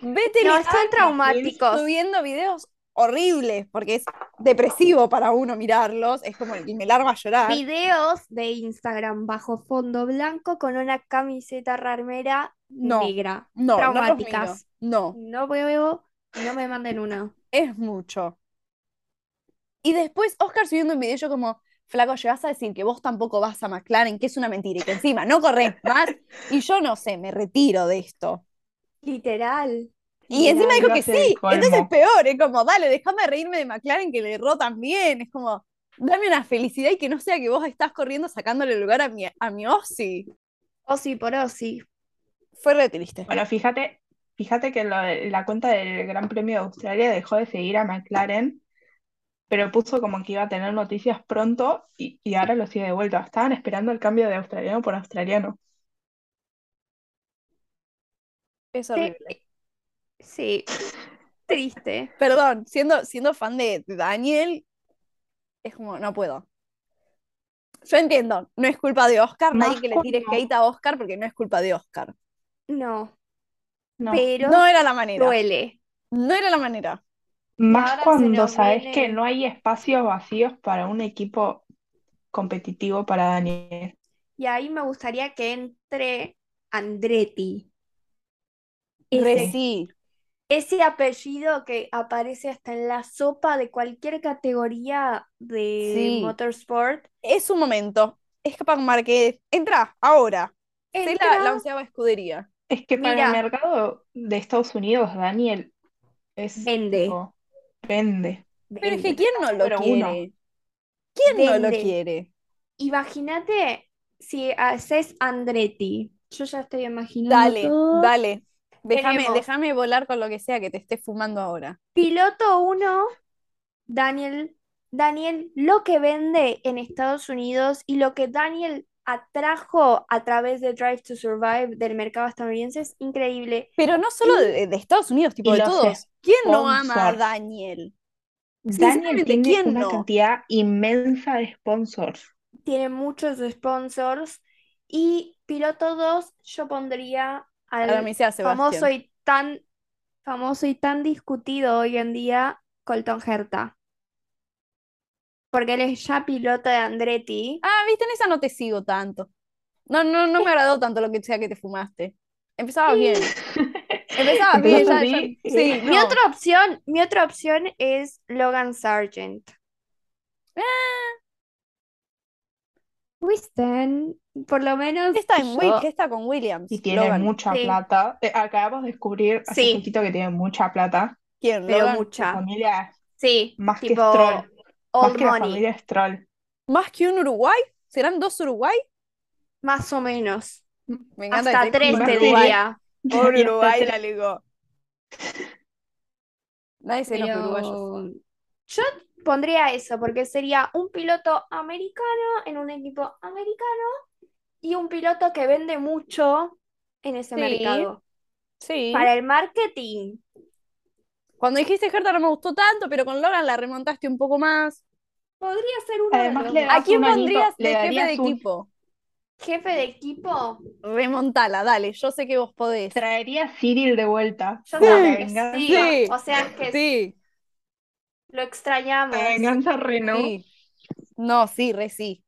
Vettel No, estaba están traumáticos. subiendo videos horribles, porque es depresivo para uno mirarlos, es como y me largo a llorar. Videos de Instagram bajo fondo blanco con una camiseta ramera No, negra. no, no los Traumáticas. miro, no, No veo, no me manden una. es mucho. Y después Oscar subiendo un video yo como, flaco, llegas a decir que vos tampoco vas a McLaren, que es una mentira, y que encima no corres más, y yo no sé, me retiro de esto. Literal. Y encima Literal, dijo iba a que ser el sí, entonces es colmo. peor, es como, dale, déjame reírme de McLaren que le erró también, es como, dame una felicidad y que no sea que vos estás corriendo sacándole lugar a mi, a mi Ozzy. Osi por Osi. Fue re triste. Bueno, fíjate, fíjate que lo de- la cuenta del Gran Premio de Australia dejó de seguir a McLaren, pero puso como que iba a tener noticias pronto y, y ahora lo sigue de vuelta. Estaban esperando el cambio de australiano por australiano. Es Sí, horrible. sí. Triste. Perdón, siendo, siendo fan de de Daniel, es como, no puedo. Yo entiendo, no es culpa de Oscar, Más nadie que le tire cuando- hate a Oscar porque no es culpa de Oscar. No, No. pero No era la manera. duele. No era la manera. Más Ahora se cuando nos sabes viene- que no hay espacios vacíos para un equipo competitivo para Daniel. Y ahí me gustaría que entre Andretti. Re Ese, sí. ese apellido que aparece hasta en la sopa de cualquier categoría de Sí. motorsport. Es un momento. Es capaz Márquez. Entra, ahora. Sé la, Entra- la onceava escudería. Es que para el Mira. mercado de Estados Unidos, Daniel es Vende. tipo, vende. Pero es que Vende. ¿quién no lo Número uno. quiere? ¿Quién no lo Vende. quiere? Imagínate si haces Andretti. Yo ya estoy imaginando Dale, todo. dale. Déjame, Tenemos- déjame volar con lo que sea que te esté fumando ahora. Piloto 1, Daniel, Daniel, lo que vende en Estados Unidos y lo que Daniel atrajo a través de Drive to Survive del mercado estadounidense es increíble. Pero no solo de, de Estados Unidos, tipo Y de los todos. ¿Quién no ama a sponsors. Daniel? Daniel Sinceramente, tiene ¿quién una no? cantidad inmensa de sponsors. Tiene muchos sponsors. Y piloto 2, yo pondría al Para mí sea Sebastián. famoso y tan famoso y tan discutido hoy en día, Colton Herta. Porque él es ya piloto de Andretti. Ah, viste, en esa no te sigo tanto. No, no, no me agradó tanto lo que sea que te fumaste. Empezabas bien. Empezabas bien, ya, Empezabas ya- así, Sí, eh. Mi no. otra opción, mi otra opción es Logan Sargent. Winston, por lo menos ¿Qué está en yo- Will? ¿Qué está con Williams? Y tiene Logan. mucha Sí. plata. Eh, Acabamos de descubrir hace Sí. poquito que tiene mucha plata. ¿Quién? pero Logan. Su mucha. familia, Sí, más que tipo Stroll, más old que la money, familia es troll. ¿Más que un Uruguay? ¿Serán dos Uruguay? más o menos. Me encanta Hasta decir tres un más te que- Uruguay. diría. Pobre Y hasta Uruguay, tres. la ligó. Nadie se los pero uruguayos. Yo pondría eso, porque sería un piloto americano en un equipo americano y un piloto que vende mucho en ese Sí. mercado. Sí. Para el marketing. Cuando dijiste Gerta no me gustó tanto, pero con Logan la remontaste un poco más. Podría ser uno de Además, los le dos. das ¿A quién un anito- pondrías le de jefe de darías un- equipo? Jefe de equipo, Remontala, dale, yo sé que vos podés. Traería a Cyril de vuelta. yo Sí, sabía que venganza. sí. Sí. O sea que Sí, lo extrañamos. La venganza Renault. sí. No, sí, re sí.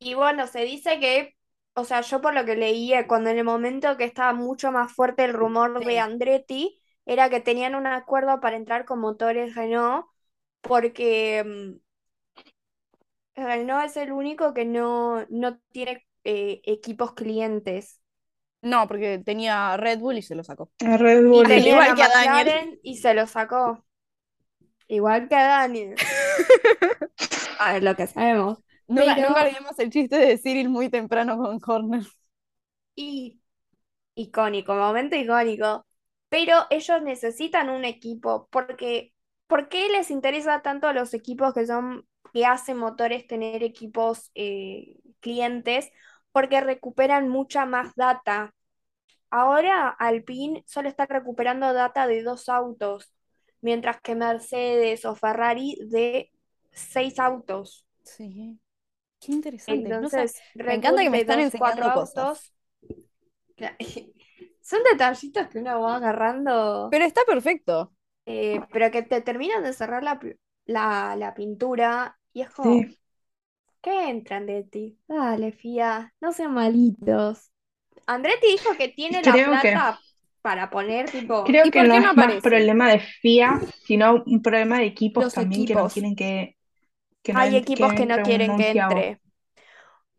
Y bueno, se dice que, o sea, yo por lo que leía, cuando en el momento que estaba mucho más fuerte el rumor Sí. de Andretti, era que tenían un acuerdo para entrar con motores Renault, porque mm, Renault es el único que no, no tiene eh, equipos clientes. No, porque tenía Red Bull y se lo sacó. A Red Y Bull. Dale, tenían igual a que a Daniel. McLaren y se lo sacó. Igual que a Daniel. A ver, lo que sabemos. Nunca, Pero- nunca olvidemos el chiste de Cyril muy temprano con Horner. Y icónico, momento icónico. pero ellos necesitan un equipo, porque ¿por qué les interesa tanto a los equipos que son, que hacen motores tener equipos eh, clientes? Porque recuperan mucha más data. Ahora Alpine solo está recuperando data de dos autos, mientras que Mercedes o Ferrari de seis autos. Sí. Qué interesante. No sab- Entonces, me encanta que me recurre están dos, cuatro enseñando cosas. autos. Claro. Son detallitos que uno va agarrando, Pero está perfecto. eh, pero que te terminan de cerrar la, pi- la, la pintura y es como, Sí. ¿qué entra Andretti? Dale, Fía, no sean malitos. Andretti dijo que tiene la Creo que- plata para poner tipo... Creo ¿Y que por no qué es no más aparece? problema de FIA, sino un problema de equipos Los también que equipos. no quieren que, que no Hay en- equipos que no entre un quieren que onceavo. entre.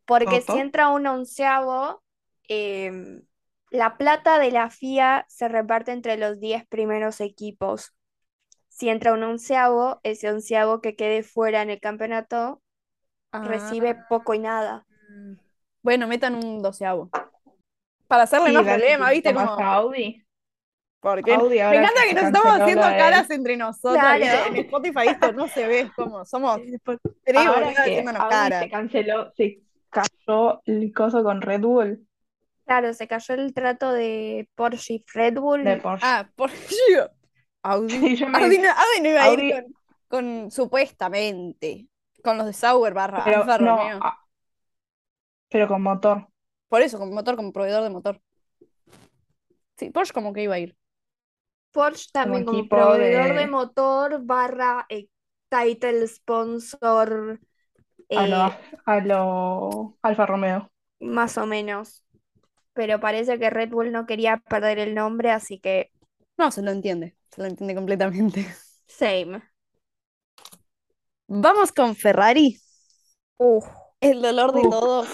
Porque Ojo. si entra un onceavo, em, la plata de la FIA se reparte entre los 10 primeros equipos. Si entra un onceavo, ese onceavo que quede fuera en el campeonato Ah. recibe poco y nada. Ah. Bueno, metan un doceavo. Para hacerle Sí, más dale, problema, que ¿viste? capaz Como, a Audi. ¿por qué no? Audi Me ahora encanta se que nos canceló estamos haciendo lo de- caras entre nosotros. Claro. ¿viste? En Spotify esto no se ve, es como somos tres Ahora boludas que haciéndonos Audi caras. se canceló, se cayó el coso con Red Bull Claro, se cayó el trato de Porsche y Red Bull. de Porsche. Ah, por yo. Audi. Sí, yo me- Audi no, Audi no iba a ir Audi- con, con- supuestamente con los de Sauber barra pero Alfa no, Romeo. ah, pero con motor. Por eso, con motor, con proveedor de motor. Sí, Porsche como que iba a ir. Porsche también como equipo proveedor de de- motor barra eh, title sponsor, A lo, eh, a lo Alfa Romeo. más o menos. Pero parece que Red Bull no quería perder el nombre, así que No, se lo entiende. Se lo entiende completamente. same. Vamos con Ferrari. Uf, El dolor de Uf. todos.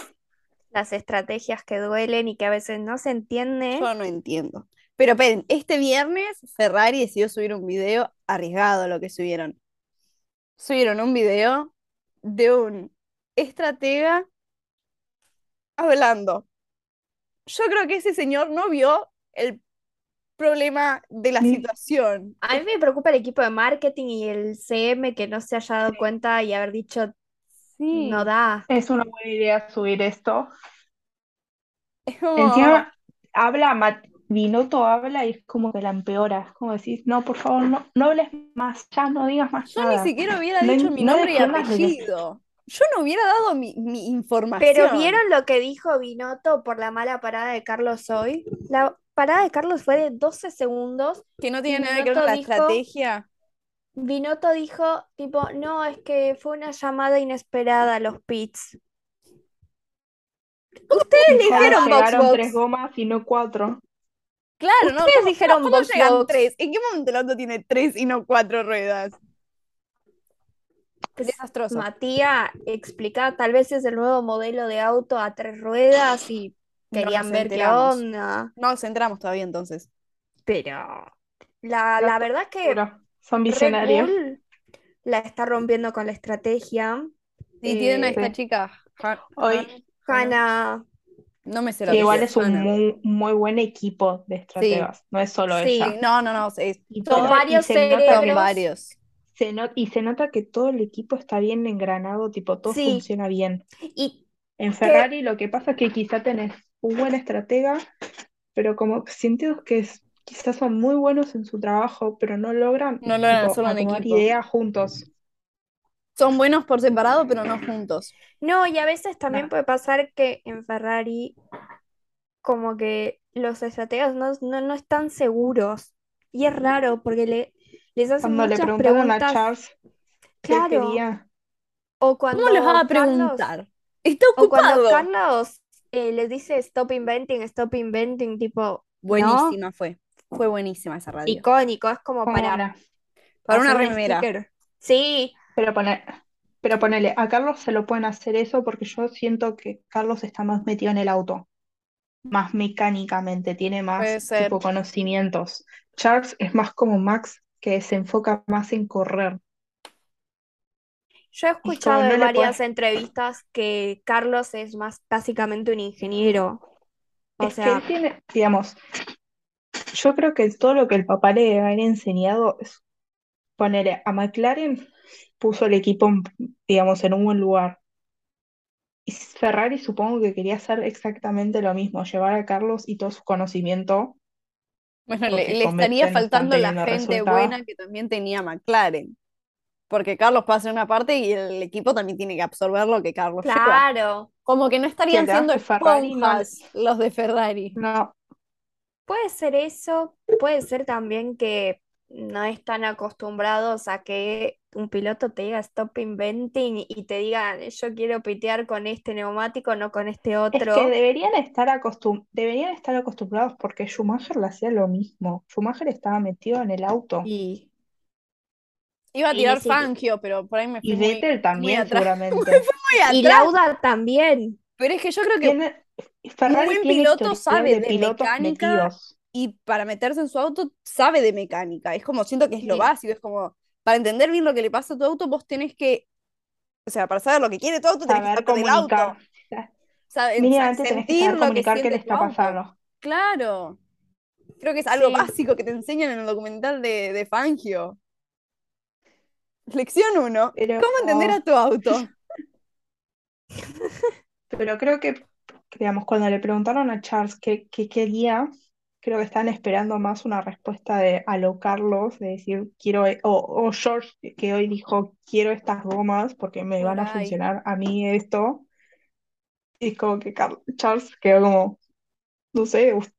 las estrategias que duelen y que a veces no se entiende. Yo no entiendo. Pero esperen, este viernes Ferrari decidió subir un video arriesgado lo que subieron. Subieron un video de un estratega hablando. Yo creo que ese señor no vio el problema de la Ni- situación. A mí me preocupa el equipo de marketing y el CM que no se haya dado cuenta y haber dicho, Sí. no da. Es una buena idea subir esto. Es como- Encima, Oh. habla, Ma- Binotto habla y es como que la empeora. Es como decir, no, por favor, no, no hables más, ya no digas más Yo nada. ni siquiera hubiera ah, No- dicho mi no nombre y defiendas lo que- apellido. Yo no hubiera dado mi, mi información. Pero ¿vieron lo que dijo Binotto por la mala parada de Carlos hoy? La parada de Carlos fue de 12 segundos. que no tiene y nada que ver con Binotto la dijo- estrategia. Binotto dijo, tipo, no, es que fue una llamada inesperada a los pits. Ustedes le Solo dijeron box llegaron box. tres gomas y no cuatro. Claro, ¿no? Ustedes ¿Cómo- dijeron ¿Cómo box, llegan box. tres? ¿En qué momento el auto tiene tres y no cuatro ruedas? Que Desastroso. Matías explicaba, tal vez es el nuevo modelo de auto a tres ruedas y No querían nos ver qué enteramos. onda. No nos entramos todavía entonces. Pero la, la verdad es que Seguro. Son Red visionarios. Bull la está rompiendo con la estrategia. Y tienen a Eh, esta sí. chica. Han- Hoy- Han- Hannah, No me sé la Que igual apellido, es un Hannah. muy, muy buen equipo de estrategas. No es solo Sí. ella. Sí, no, no, no. es- Y son todo- varios y se nota- son cerebros. varios. se no- y se nota que todo el equipo está bien engranado, tipo, todo Sí. funciona bien. y En Ferrari lo que pasa es que quizá tenés un buen estratega, pero como siento que es- quizás son muy buenos en su trabajo, pero no logran, No logran tipo, hacer un acomodar equipo. ideas juntos. Son buenos por separado, pero no juntos. no, y a veces también Nah. puede pasar que en Ferrari como que los estrategas no, no, no están seguros. Y es raro porque le, les hacen Cuando le muchas preguntaron a preguntas. Charles qué Claro. quería, O ¿Cómo les va a cuando Carlos- preguntar? Está o cuando ocupado. Carlos eh, les dice stop inventing, stop inventing, tipo Buenísima fue. Fue buenísima esa radio. icónico, es como como para una- Para una hacer un remera. sticker. Sí, Pero, pone- pero ponele, a Carlos se lo pueden hacer eso porque yo siento que Carlos está más metido en el auto, más mecánicamente, Puede tiene más ser. tipo conocimientos. Charles es más como Max, que se enfoca más en correr. yo he como escuchado no de le varias podés- entrevistas que Carlos es más básicamente un ingeniero. O es sea, que él tiene, digamos, Yo creo que todo lo que el papá le debe haber enseñado es ponerle a McLaren, puso el equipo, en, digamos, en un buen lugar. Y Ferrari supongo que quería hacer exactamente lo mismo, llevar a Carlos y todo su conocimiento. Bueno, porque le, le cometen, estaría están faltando la teniendo gente resultados. buena que también tenía McLaren. Porque Carlos pasa en una parte y el equipo también tiene que absorber lo que Carlos lleva. Claro, Como que no estarían Que acá siendo Ferrari no- esponjas los de Ferrari. No, puede ser eso, puede ser también que no están acostumbrados a que un piloto te diga stop inventing y te digan yo quiero pitear con este neumático, no con este es que otro. deberían estar acostum- deberían estar acostumbrados porque Schumacher le hacía lo mismo. Schumacher estaba metido en el auto. Y Iba a Y tirar sí. Fangio, pero por ahí me fui Y este muy, Vettel también, atrás. seguramente. muy y atrás. Lauda también. Pero es que yo creo que Tiene- Ferrari buen tiene piloto historial sabe de de pilotos mecánica, metidos. y para meterse en su auto sabe de mecánica. Es como, siento que es lo Sí. básico, es como, para entender bien lo que le pasa a tu auto, vos tenés que, o sea, para saber lo que quiere tu auto, tenés que Saber estar del auto, comunicar. sabe- sa- Mínimamente tenés que sentir saber lo que comunicar qué siente le tu está auto. pasando. Claro. Creo que es algo Sí. básico que te enseñan en el documental de, de Fangio. Lección 1. Pero, ¿Cómo entender a tu auto? pero creo que, digamos, cuando le preguntaron a Charles qué, qué quería, creo que estaban esperando más una respuesta de a lo Carlos, de decir, quiero, e- o, o George, que hoy dijo, quiero estas gomas porque me van a Ay. funcionar a mí esto. Y es como que Car- Charles quedó como, no sé, us-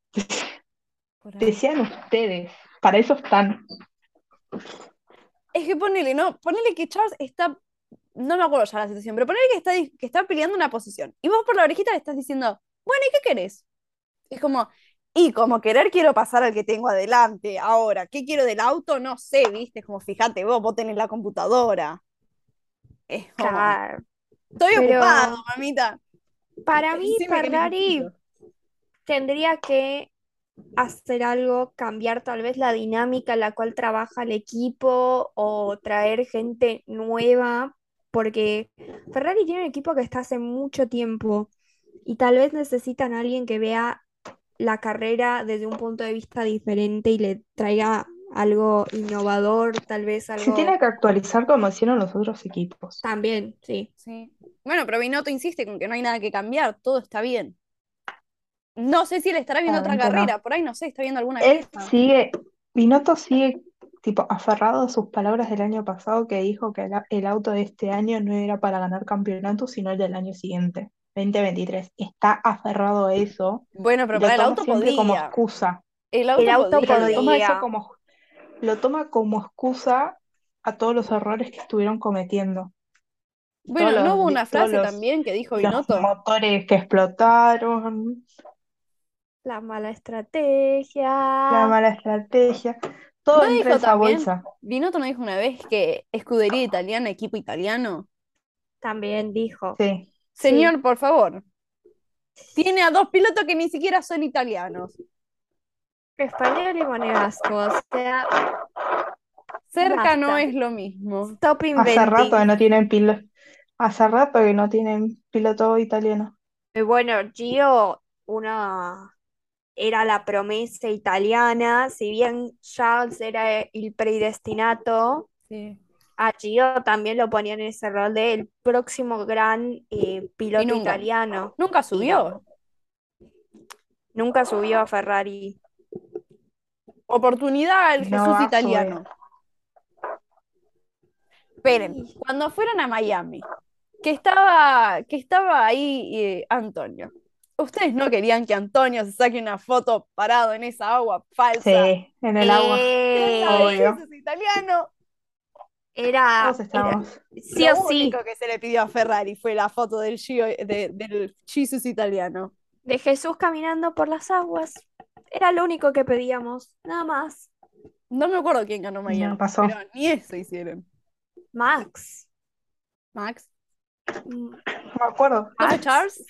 decían ustedes, para eso están. Es que ponele, no, ponele que Charles está, no me acuerdo ya la situación, pero ponele que está, dis- que está peleando una posición. Y vos por la orejita le estás diciendo, bueno, ¿y qué querés? Es como, y como querer quiero pasar al que tengo adelante. Ahora, ¿qué quiero del auto? No sé, viste, es como, fíjate vos, vos tenés la computadora. Es como, Claro. estoy pero- ocupado, mamita. Para mí, Decime qué Ferrari necesito. tendría que hacer algo, cambiar tal vez la dinámica en la cual trabaja el equipo o traer gente nueva, porque Ferrari tiene un equipo que está hace mucho tiempo y tal vez necesitan a alguien que vea la carrera desde un punto de vista diferente y le traiga algo innovador, tal vez Se algo tiene que actualizar como hicieron los otros equipos. también, sí. Sí. Bueno, pero Binotto insiste con que no hay nada que cambiar, todo está bien. No sé si él estará viendo otra Claramente no. carrera, por ahí no sé, está viendo alguna Él queja. sigue, Binotto sigue tipo aferrado a sus palabras del año pasado que dijo que el, a- el auto de este año no era para ganar campeonato, sino el del año siguiente, 2023. Está aferrado a eso. Bueno, pero y lo para el toma auto siempre como podía. excusa. El auto, El auto podía. Lo toma eso Podía. como, lo toma como excusa a todos los errores que estuvieron cometiendo. Bueno, Todos ¿no hubo los- una todos frase los- también que dijo Los Binotto? motores que explotaron, La mala estrategia. la Ah. mala estrategia, ¿No todo entra dijo en esa también? bolsa. Binotto no dijo una vez que escudería italiana, equipo italiano. También dijo. Sí. Sí. Señor, por favor. Tiene a dos pilotos que ni siquiera son italianos. Español y monegasco, o sea, Cerca Basta. no es lo mismo. stop Hace rato ¿eh? que inventing. no tienen piloto, hace rato que no tienen piloto italiano. Y Bueno, Gio, una era la promesa italiana, si bien Charles era el predestinato, Sí. a Gio también lo ponían en ese rol de el próximo gran eh, piloto nunca. italiano. Nunca subió. Nunca subió a Ferrari. Oportunidad al No Jesús va a italiano. eh. Esperen, Sí. cuando fueron a Miami, que estaba, que estaba ahí eh, Antonio. Ustedes no querían que Antonio se saque una foto parado en esa agua falsa. Sí, en el agua. Eh, Era de obvio. Jesús italiano. era, Todos era- estábamos. sí Lo o sí, único que se le pidió a Ferrari fue la foto del, Gio- de- del Jesus italiano. de Jesús caminando por las aguas. Era lo único que pedíamos, nada más. No me acuerdo quién ganó Miami, No pasó. pero ni eso hicieron. Max. Max. Mm, No me acuerdo. ¿No fue Max. Charles?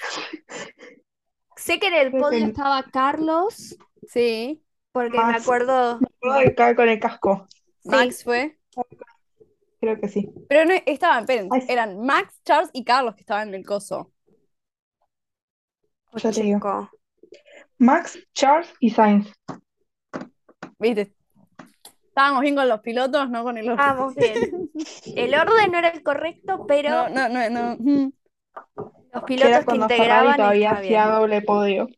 Sé que en el Creo podio que- estaba Carlos, Sí. porque me Max. acuerdo. Me acuerdo que cae con el casco. sí, Max fue. Creo que sí. Pero no estaban, esperen, Ay, sí. eran Max, Charles y Carlos que estaban en el coso. Ya te digo. chico. Max, Charles y Sainz. Viste, estábamos bien con los pilotos, no con el otro. Vamos Ah, bien. El orden no era el correcto, pero No, no, no, no. mm. los Que era pilotos que cuando Ferrari integraban todavía estaba hacía bien. doble podio.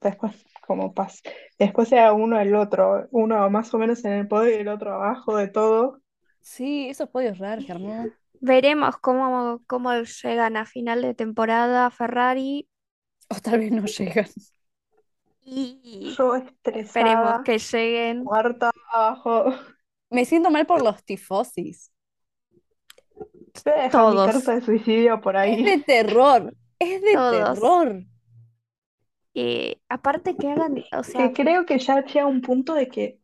Después, como pas Después era uno el otro, uno más o menos en el podio y el otro abajo de todo. Sí, esos podios raros que armó. Veremos cómo, cómo llegan a final de temporada Ferrari O tal vez no llegan. y Yo esperemos estresada, que lleguen. muerta abajo. Me siento mal por los tifosis. Voy a dejar mi Todos. carta de suicidio por Es ahí. de terror. Es de Todos. terror. Eh, aparte que hagan, o sea, Que creo que ya llega un punto de que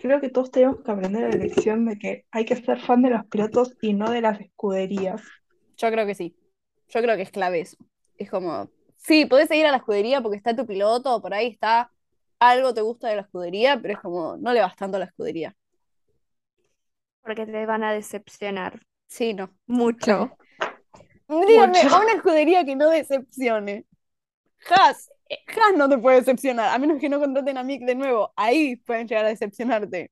creo que todos tenemos que aprender la lección de que hay que ser fan de los pilotos y no de las escuderías. Yo creo que sí. Yo creo que es clave eso. Es como, sí, podés seguir a la escudería porque está tu piloto, por ahí está algo te gusta de la escudería, pero es como, no le vas tanto a la escudería. porque te van a decepcionar Sí, no. mucho. Dígame, Mucho. a una escudería que no decepcione. Haas, eh, Haas no te puede decepcionar, a menos que no contraten a Mick de nuevo. Ahí pueden llegar a decepcionarte.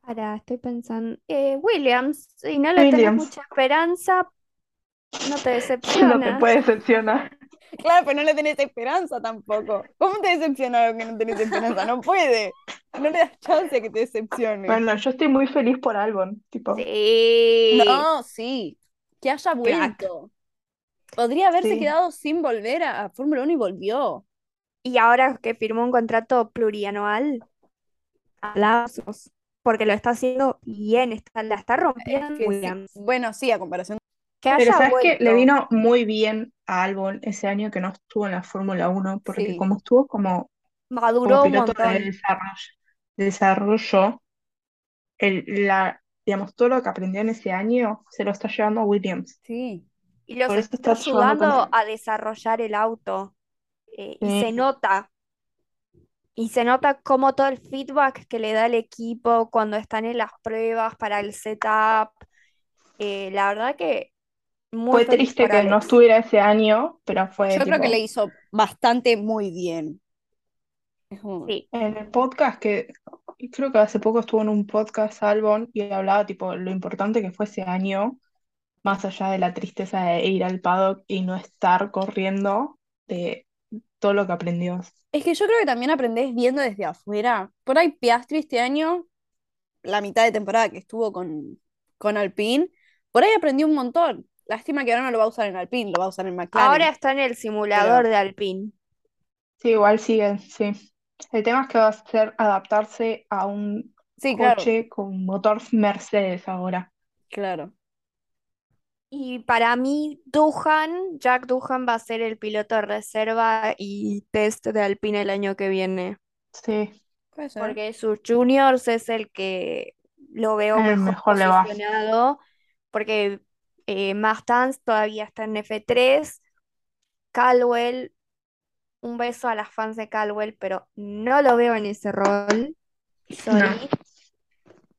Ahora estoy pensando, eh, Williams, si no le tenés Williams. mucha esperanza, no te No te decepciona. puede decepcionar. Claro, pero no le tenés esperanza tampoco. ¿Cómo te decepcionaron que no tenés esperanza? No puede. No le das chance a que te decepcione. Bueno, yo estoy muy feliz por Albon, tipo. Sí. No, sí. Que haya Crack. vuelto. Podría haberse Sí. quedado sin volver a, a Fórmula 1 y volvió. Y ahora que firmó un contrato plurianual, aplausos, porque lo está haciendo bien, está, la está rompiendo Que sí. Williams. Bueno, sí, a comparación. Que Pero haya sabes que le vuelto. vino muy bien a Albon ese año que no estuvo en la Fórmula 1, porque Sí. como estuvo como, como Maduró un piloto de montón. desarrollo, desarrollo el, la, digamos, todo lo que aprendió en ese año se lo está llevando a Williams. Sí. Y los Por eso está está ayudando ayudando tanto. a desarrollar el auto. Eh, y Sí. se nota. Y se nota como todo el feedback que le da el equipo cuando están en las pruebas para el setup. Eh, la verdad que muy Fue feliz triste por que no Alex. estuviera ese año, pero fue Yo creo que tipo, le hizo bastante muy bien. Es como- Sí. en el podcast que creo que hace poco estuvo en un podcast Albon y hablaba tipo lo importante que fue ese año, más allá de la tristeza de ir al paddock y no estar corriendo, de todo lo que aprendió. Es que yo creo que también aprendés viendo desde afuera. Por ahí Piastri este año, la mitad de temporada que estuvo con, con Alpine, por ahí aprendí un montón. Lástima que ahora no lo va a usar en Alpine, lo va a usar en McLaren. Ahora está en el simulador de Alpine. Sí, igual sigue, sí. El tema es que va a ser adaptarse a un sí, claro, coche con motor Mercedes ahora. claro. Y para mí, Duhan, Jack Duhan va a ser el piloto de reserva y test de Alpine el año que viene. Sí, Puede ser. Porque sus juniors es el que lo veo El mejor mejor le va. posicionado. Porque eh, Mastans todavía está en F3. Caldwell, un beso a las fans de Caldwell, pero no lo veo en ese rol. Sorry.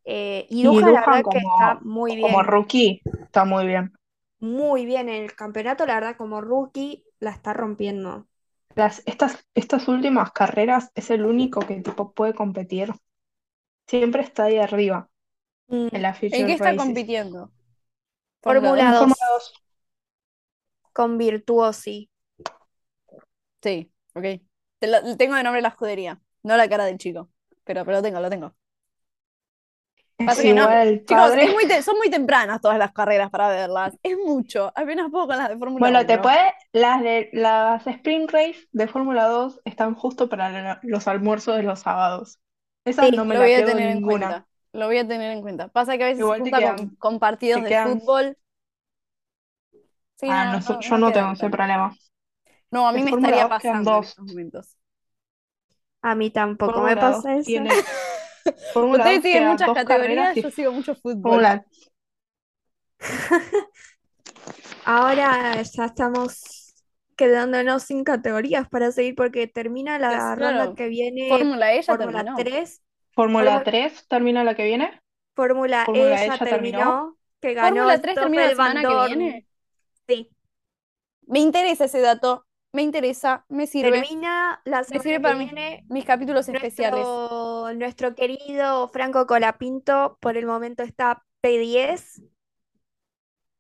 Eh, y Y Duhan, la Duhan verdad que como- está muy como bien. rookie está muy bien. muy bien en el campeonato, la verdad, como rookie la está rompiendo. Las, estas, estas últimas carreras es el único que tipo puede competir. Siempre está ahí arriba en la ¿En Future qué está Races. compitiendo? Fórmula En dos. Fórmula 2. Con Virtuosi. Sí, ok. Te lo- tengo de nombre la escudería, no la cara del chico, pero, pero lo tengo, lo tengo. Es Pasa que no, igual al Chicos, padre. es muy te- son muy tempranas todas las carreras para verlas. Es mucho, apenas puedo con las de Fórmula Bueno, te 1. puede, las de las Spring Race de Fórmula 2 están justo para la- los almuerzos de los sábados. Esas Sí, no me Lo las voy a pierdo tener en ninguna. cuenta. Lo voy a tener en cuenta. Pasa que a veces se Igual te junta quedan- con, con partidos de te quedan- fútbol. Sí, Ah, no, no, so- no, yo no no queda tengo ese tanto. problema. No, a mí De me Fórmula estaría 2 quedan pasando en dos. estos momentos. A mí tampoco me Fórmula 2 pasa eso. tiene- Fórmula Ustedes 2 siguen quedan muchas dos categorías, carreras y yo sigo mucho fútbol. Fórmula- Ahora ya estamos quedándonos sin categorías para seguir porque termina la Claro. ronda que viene Fórmula E ya Fórmula terminó. 3, Fórmula Fórmula- 3 termina la que viene. Fórmula E Fórmula E ya ya terminó. terminó, que ganó Fórmula 3 termina la Stoffel Van semana que Dorn. viene. Sí. Me interesa ese dato. me interesa, me sirve. Termina la semana sirve para que mí. viene Mis capítulos especiales. nuestro, nuestro querido Franco Colapinto por el momento está P10,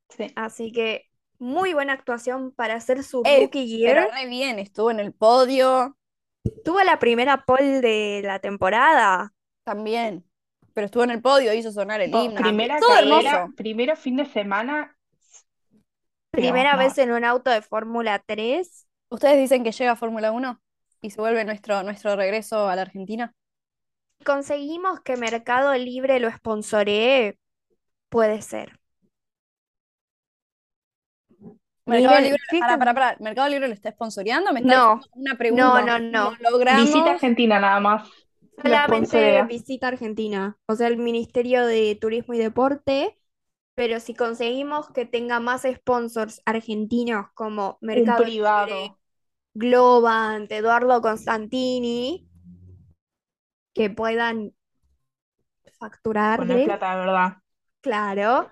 Sí. así que muy buena actuación para hacer su Eh, rookie Pero year. re bien, estuvo en el podio Tuvo la primera pole de la temporada. también. Pero estuvo en el podio, hizo sonar el Po- himno. Oh, primera Todo carrera, hermoso. primero fin de semana. Primera no. vez en un auto de Fórmula 3. ¿Ustedes dicen que llega a Fórmula 1 y se vuelve nuestro, nuestro regreso a la Argentina? Conseguimos que Mercado Libre lo sponsoree. Puede ser. Mercado Miren, Libre, ¿qué pará, can- pará, pará. ¿Mercado Libre lo está sponsoreando? Me está Pues No, haciendo una pregunta. no, no. Lo logramos. Visita Argentina nada más. Lo Solamente sponsorea. visita Argentina, o sea, el Ministerio de Turismo y Deporte, pero si conseguimos que tenga más sponsors argentinos como Un Mercado Libre, privado. Globant, Eduardo Constantini, que puedan facturar Poner de- plata de verdad. claro,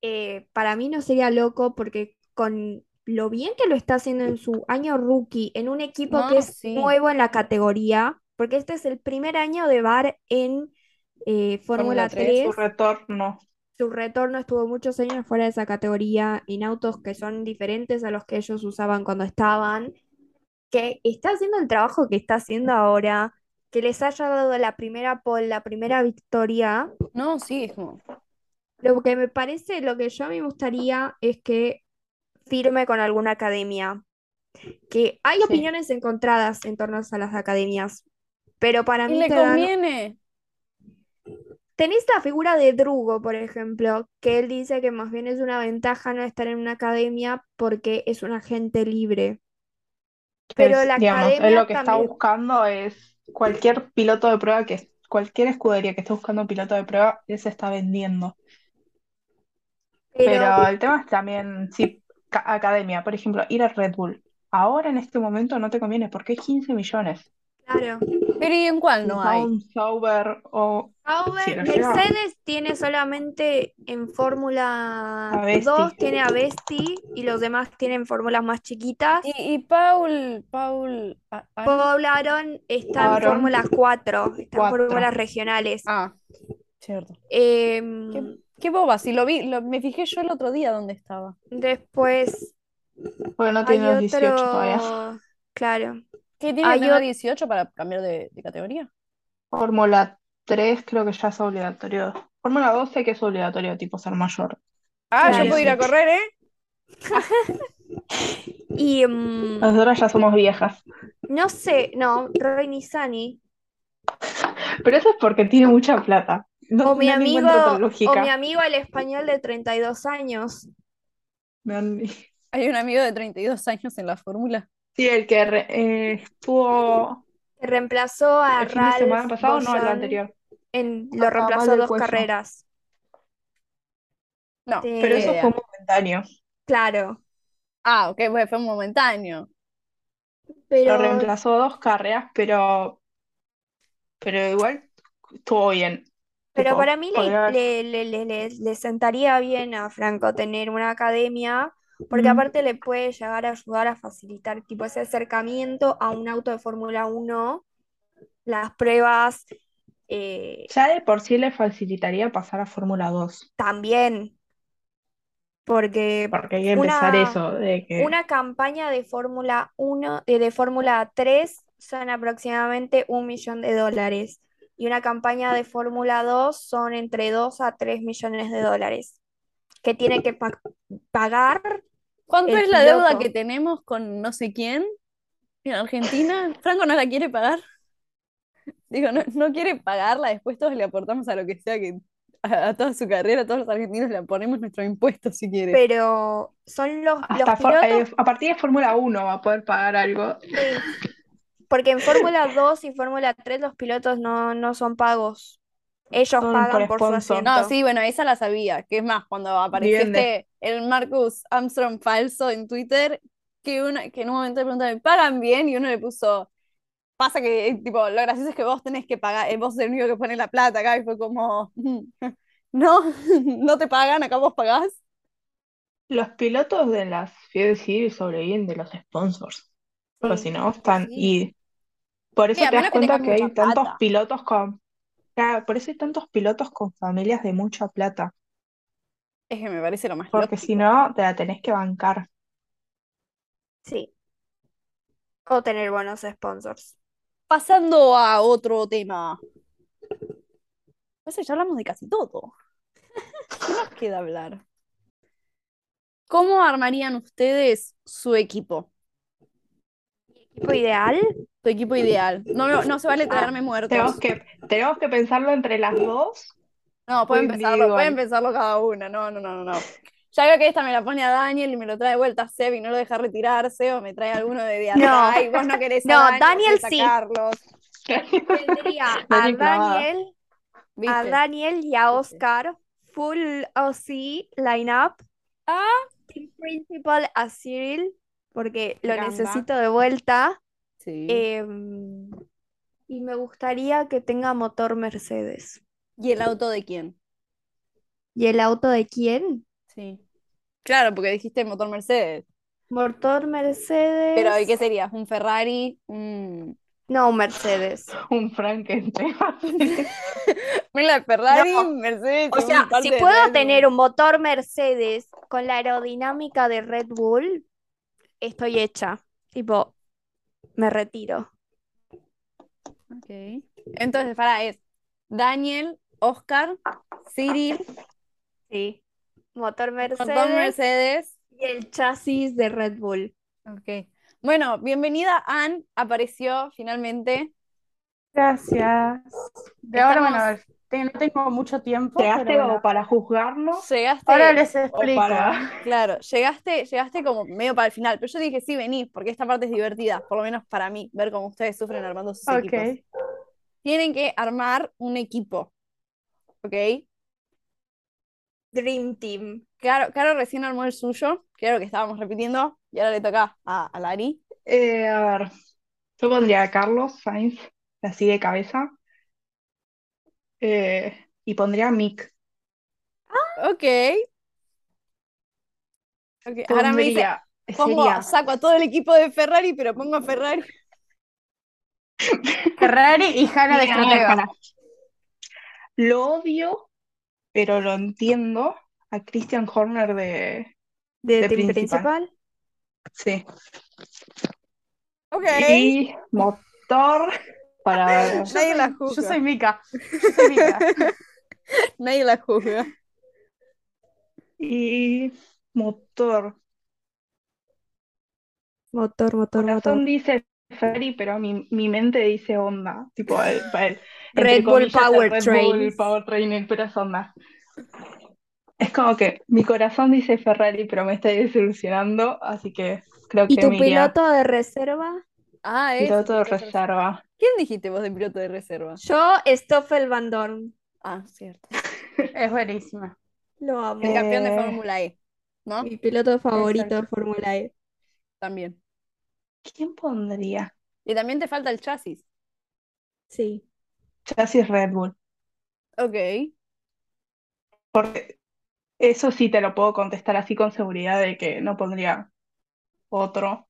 eh, para mí no sería loco porque con lo bien que lo está haciendo en su año rookie, en un equipo No, que es sí. nuevo en la categoría, porque este es el primer año de VAR en eh, Fórmula Fórmula tres, 3. Su retorno. Su retorno estuvo muchos años fuera de esa categoría, en autos que son diferentes a los que ellos usaban cuando estaban, que está haciendo el trabajo que está haciendo ahora, que les haya dado la primera pole, la primera victoria. No, sí, es como. Lo que me parece, lo que yo me gustaría es que firme con alguna academia. Que hay Sí. opiniones encontradas en torno a las academias, pero para ¿Y mí le te dan- conviene? Tenés la figura de Drugo, por ejemplo, que él dice que más bien es una ventaja no estar en una academia porque es un agente libre. Pero Es, la digamos, él academia lo que está también- buscando es cualquier piloto de prueba que, cualquier escudería que esté buscando un piloto de prueba, él se está vendiendo. Pero Pero el tema es también, sí, ca- academia, por ejemplo, ir a Red Bull. Ahora en este momento no te conviene porque hay 15 millones. claro, ¿Pero y en cuál no Quizá hay? un Sauber o Sauber- Sí, lo lleva. Mercedes tiene solamente en Fórmula A Vesti. 2 tiene a Vesti y los demás tienen fórmulas más chiquitas. Y, y Paul, Paul. ah, ah, no. Paul Aron está en Aron. Fórmula 4, está en Cuatro. fórmulas regionales. Ah, cierto. Em, Qué boba, si lo vi, lo- me fijé yo el otro día dónde estaba. después porque no tiene hay los 18 todavía. otro, claro. ¿Qué tiene Hay que tener ot- 18 para cambiar de, de categoría? Fórmula 3 creo que ya es obligatorio. Fórmula 12 que es obligatorio, tipo ser mayor. Ah, Claro. yo puedo ir a correr, ¿eh? Y mm, Nosotras ya somos viejas. no sé, no, Roy Nizani. Pero eso es porque tiene mucha plata. No, O mi no le amigo, encuentro otra o mi lógica. amigo el español de 32 años. No- Hay un amigo de 32 años en la fórmula. Sí, el que re- eh, estuvo que Reemplazó a el fin de semana Ah, Ralph pasado, no, el Boyan anterior. en- Ah, lo mal reemplazó del dos cuello. carreras. No, Sí. Pero ni eso idea. fue momentáneo. Claro. Ah, ok, bueno, fue momentáneo. Lo Pero reemplazó dos carreras, pero, pero igual estuvo bien. Pero Tipo, para mí le, podría haber- le- le- le- le- le sentaría bien a Franco tener una academia, porque Mm. aparte le puede llegar a ayudar a facilitar tipo ese acercamiento a un auto de Fórmula 1, las pruebas eh, Ya de por sí le facilitaría pasar a Fórmula 2, también, porque porque hay que empezar Una- eso, de que una campaña de Fórmula 1, eh, de Fórmula 3 son aproximadamente un millón de dólares y una campaña de Fórmula 2 son entre 2 a 3 millones de dólares que tiene que pa- pagar. ¿Cuánto El es la deuda piloto. que tenemos con no sé quién en Argentina? Franco no la quiere pagar. Digo, no, no quiere pagarla, después todos le aportamos a lo que sea que a, a toda su carrera, todos los argentinos le ponemos nuestro impuesto si quiere. Pero son los, los hasta for- pilotos, eh, a partir de Fórmula 1 va a poder pagar algo. sí, porque en Fórmula 2 y Fórmula 3 los pilotos no, no son pagos. Ellos Son pagan por por su sponsor. No, asiento. sí, bueno, esa la sabía. Que es más, cuando apareció Viven de- este, el Marcus Armstrong falso en Twitter, que, una, que en un momento le preguntaron, ¿pagan bien? Y uno le puso, pasa que, eh, tipo, lo gracioso es que vos tenés que pagar, eh, vos sos el único que pone la plata acá, y fue como, no, no te pagan, acá vos pagás. Los pilotos de las Fiat Civil sobreviven de los sponsors. Pues si no, están. Sí. Y por eso Sí, a te das menos que cuenta tengas que hay mucha tantos plata. pilotos con. Claro, por eso hay tantos pilotos con familias de mucha plata. Es que me parece lo más Porque si no, te la tenés que bancar. Sí. O tener buenos sponsors. Pasando a otro tema. No sé, ya hablamos de casi todo. ¿Qué nos queda hablar? ¿Cómo armarían ustedes su equipo? ¿Equipo ideal? Su equipo ideal. No, no, no se Ah, vale traerme Tenemos muertos. que, tenemos que pensarlo entre las dos. No, pueden Muy pensarlo, pueden individual. pensarlo cada una. No, no, no, no, no. Ya veo que esta me la pone a Daniel y me lo trae de vuelta a Seb y no lo deja retirarse o me trae alguno de, de atrás y vos no querés a No, Daniel, Daniel querés a sí. Carlos, Tendría a Dani clavada. Daniel, ¿viste? a Daniel y ¿Viste? a Oscar, full OC lineup, Ah, team principal a Cyril, porque lo Gamba. necesito de vuelta. sí. em, y me gustaría que tenga motor Mercedes. ¿Y el auto de quién? ¿Y el auto de quién? Sí. Claro, porque dijiste motor Mercedes. Motor Mercedes. Pero ¿y qué sería? ¿Un Ferrari? ¿Un... No, un Mercedes. Un Frankenstein. Mira, Ferrari, No. Mercedes. O sea, si puedo tener un motor Mercedes con la aerodinámica de Red Bull, estoy hecha. Tipo, me retiro. un... Entonces, para, es Daniel, Oscar, Cyril, Sí. Motor motor Mercedes Mercedes. y el chasis de Red Bull. Ok. Bueno, bienvenida, Anne. Apareció finalmente. Gracias. De ahora, bueno, Estamos- te- no tengo mucho tiempo, Llegaste pero como bueno, para juzgarnos Llegaste, ahora les o explico. para. claro, llegaste, llegaste como medio para el final, pero yo dije, sí, venís, porque esta parte es divertida, por lo menos para mí, ver cómo ustedes sufren armando sus Ok. equipos. tienen que armar un equipo. ¿Ok? Dream Team. Claro, Caro recién armó el suyo, claro que estábamos repitiendo, y ahora le toca a, a Lari. Eh, a ver, yo pondría a Carlos Sainz así de cabeza. Eh, y pondría a Mick. Ok. Ok, Ahora me dice, Pondría, pongo, sería- saco a todo el equipo de Ferrari, pero pongo a Ferrari. Ferrari y Hanna de Mira, a ver, estratega. pará. Lo odio, pero lo entiendo a Christian Horner de... De, De Team principal. Principal. Sí. Ok. Y motor para... Yo Nadie soy, la yo juzga. soy Mica. Yo soy Mica. Nadie la juzga. Y motor. Motor, motor, Corazón dice Ferrari, pero mi, mi mente dice Honda. Tipo, el, el- entre Red Bull comillas, el Red Powertrain. Bull Powertrain, el- pero es Honda. Es como que mi corazón dice Ferrari, pero me está desilusionando, así que creo ¿Y que tu me iría piloto de reserva? Ah, es. piloto de reserva. ¿Quién dijiste vos de piloto de reserva? Yo, Stoffel Van Dorn. Ah, cierto. Es buenísima. Lo amo. El campeón de Eh. Fórmula E, ¿no? Mi piloto favorito de Exacto. Fórmula E. También. ¿Quién pondría? Y también te falta el chasis. Sí. Chasis Red Bull. Ok. Eso sí te lo puedo contestar así con seguridad de que no pondría otro.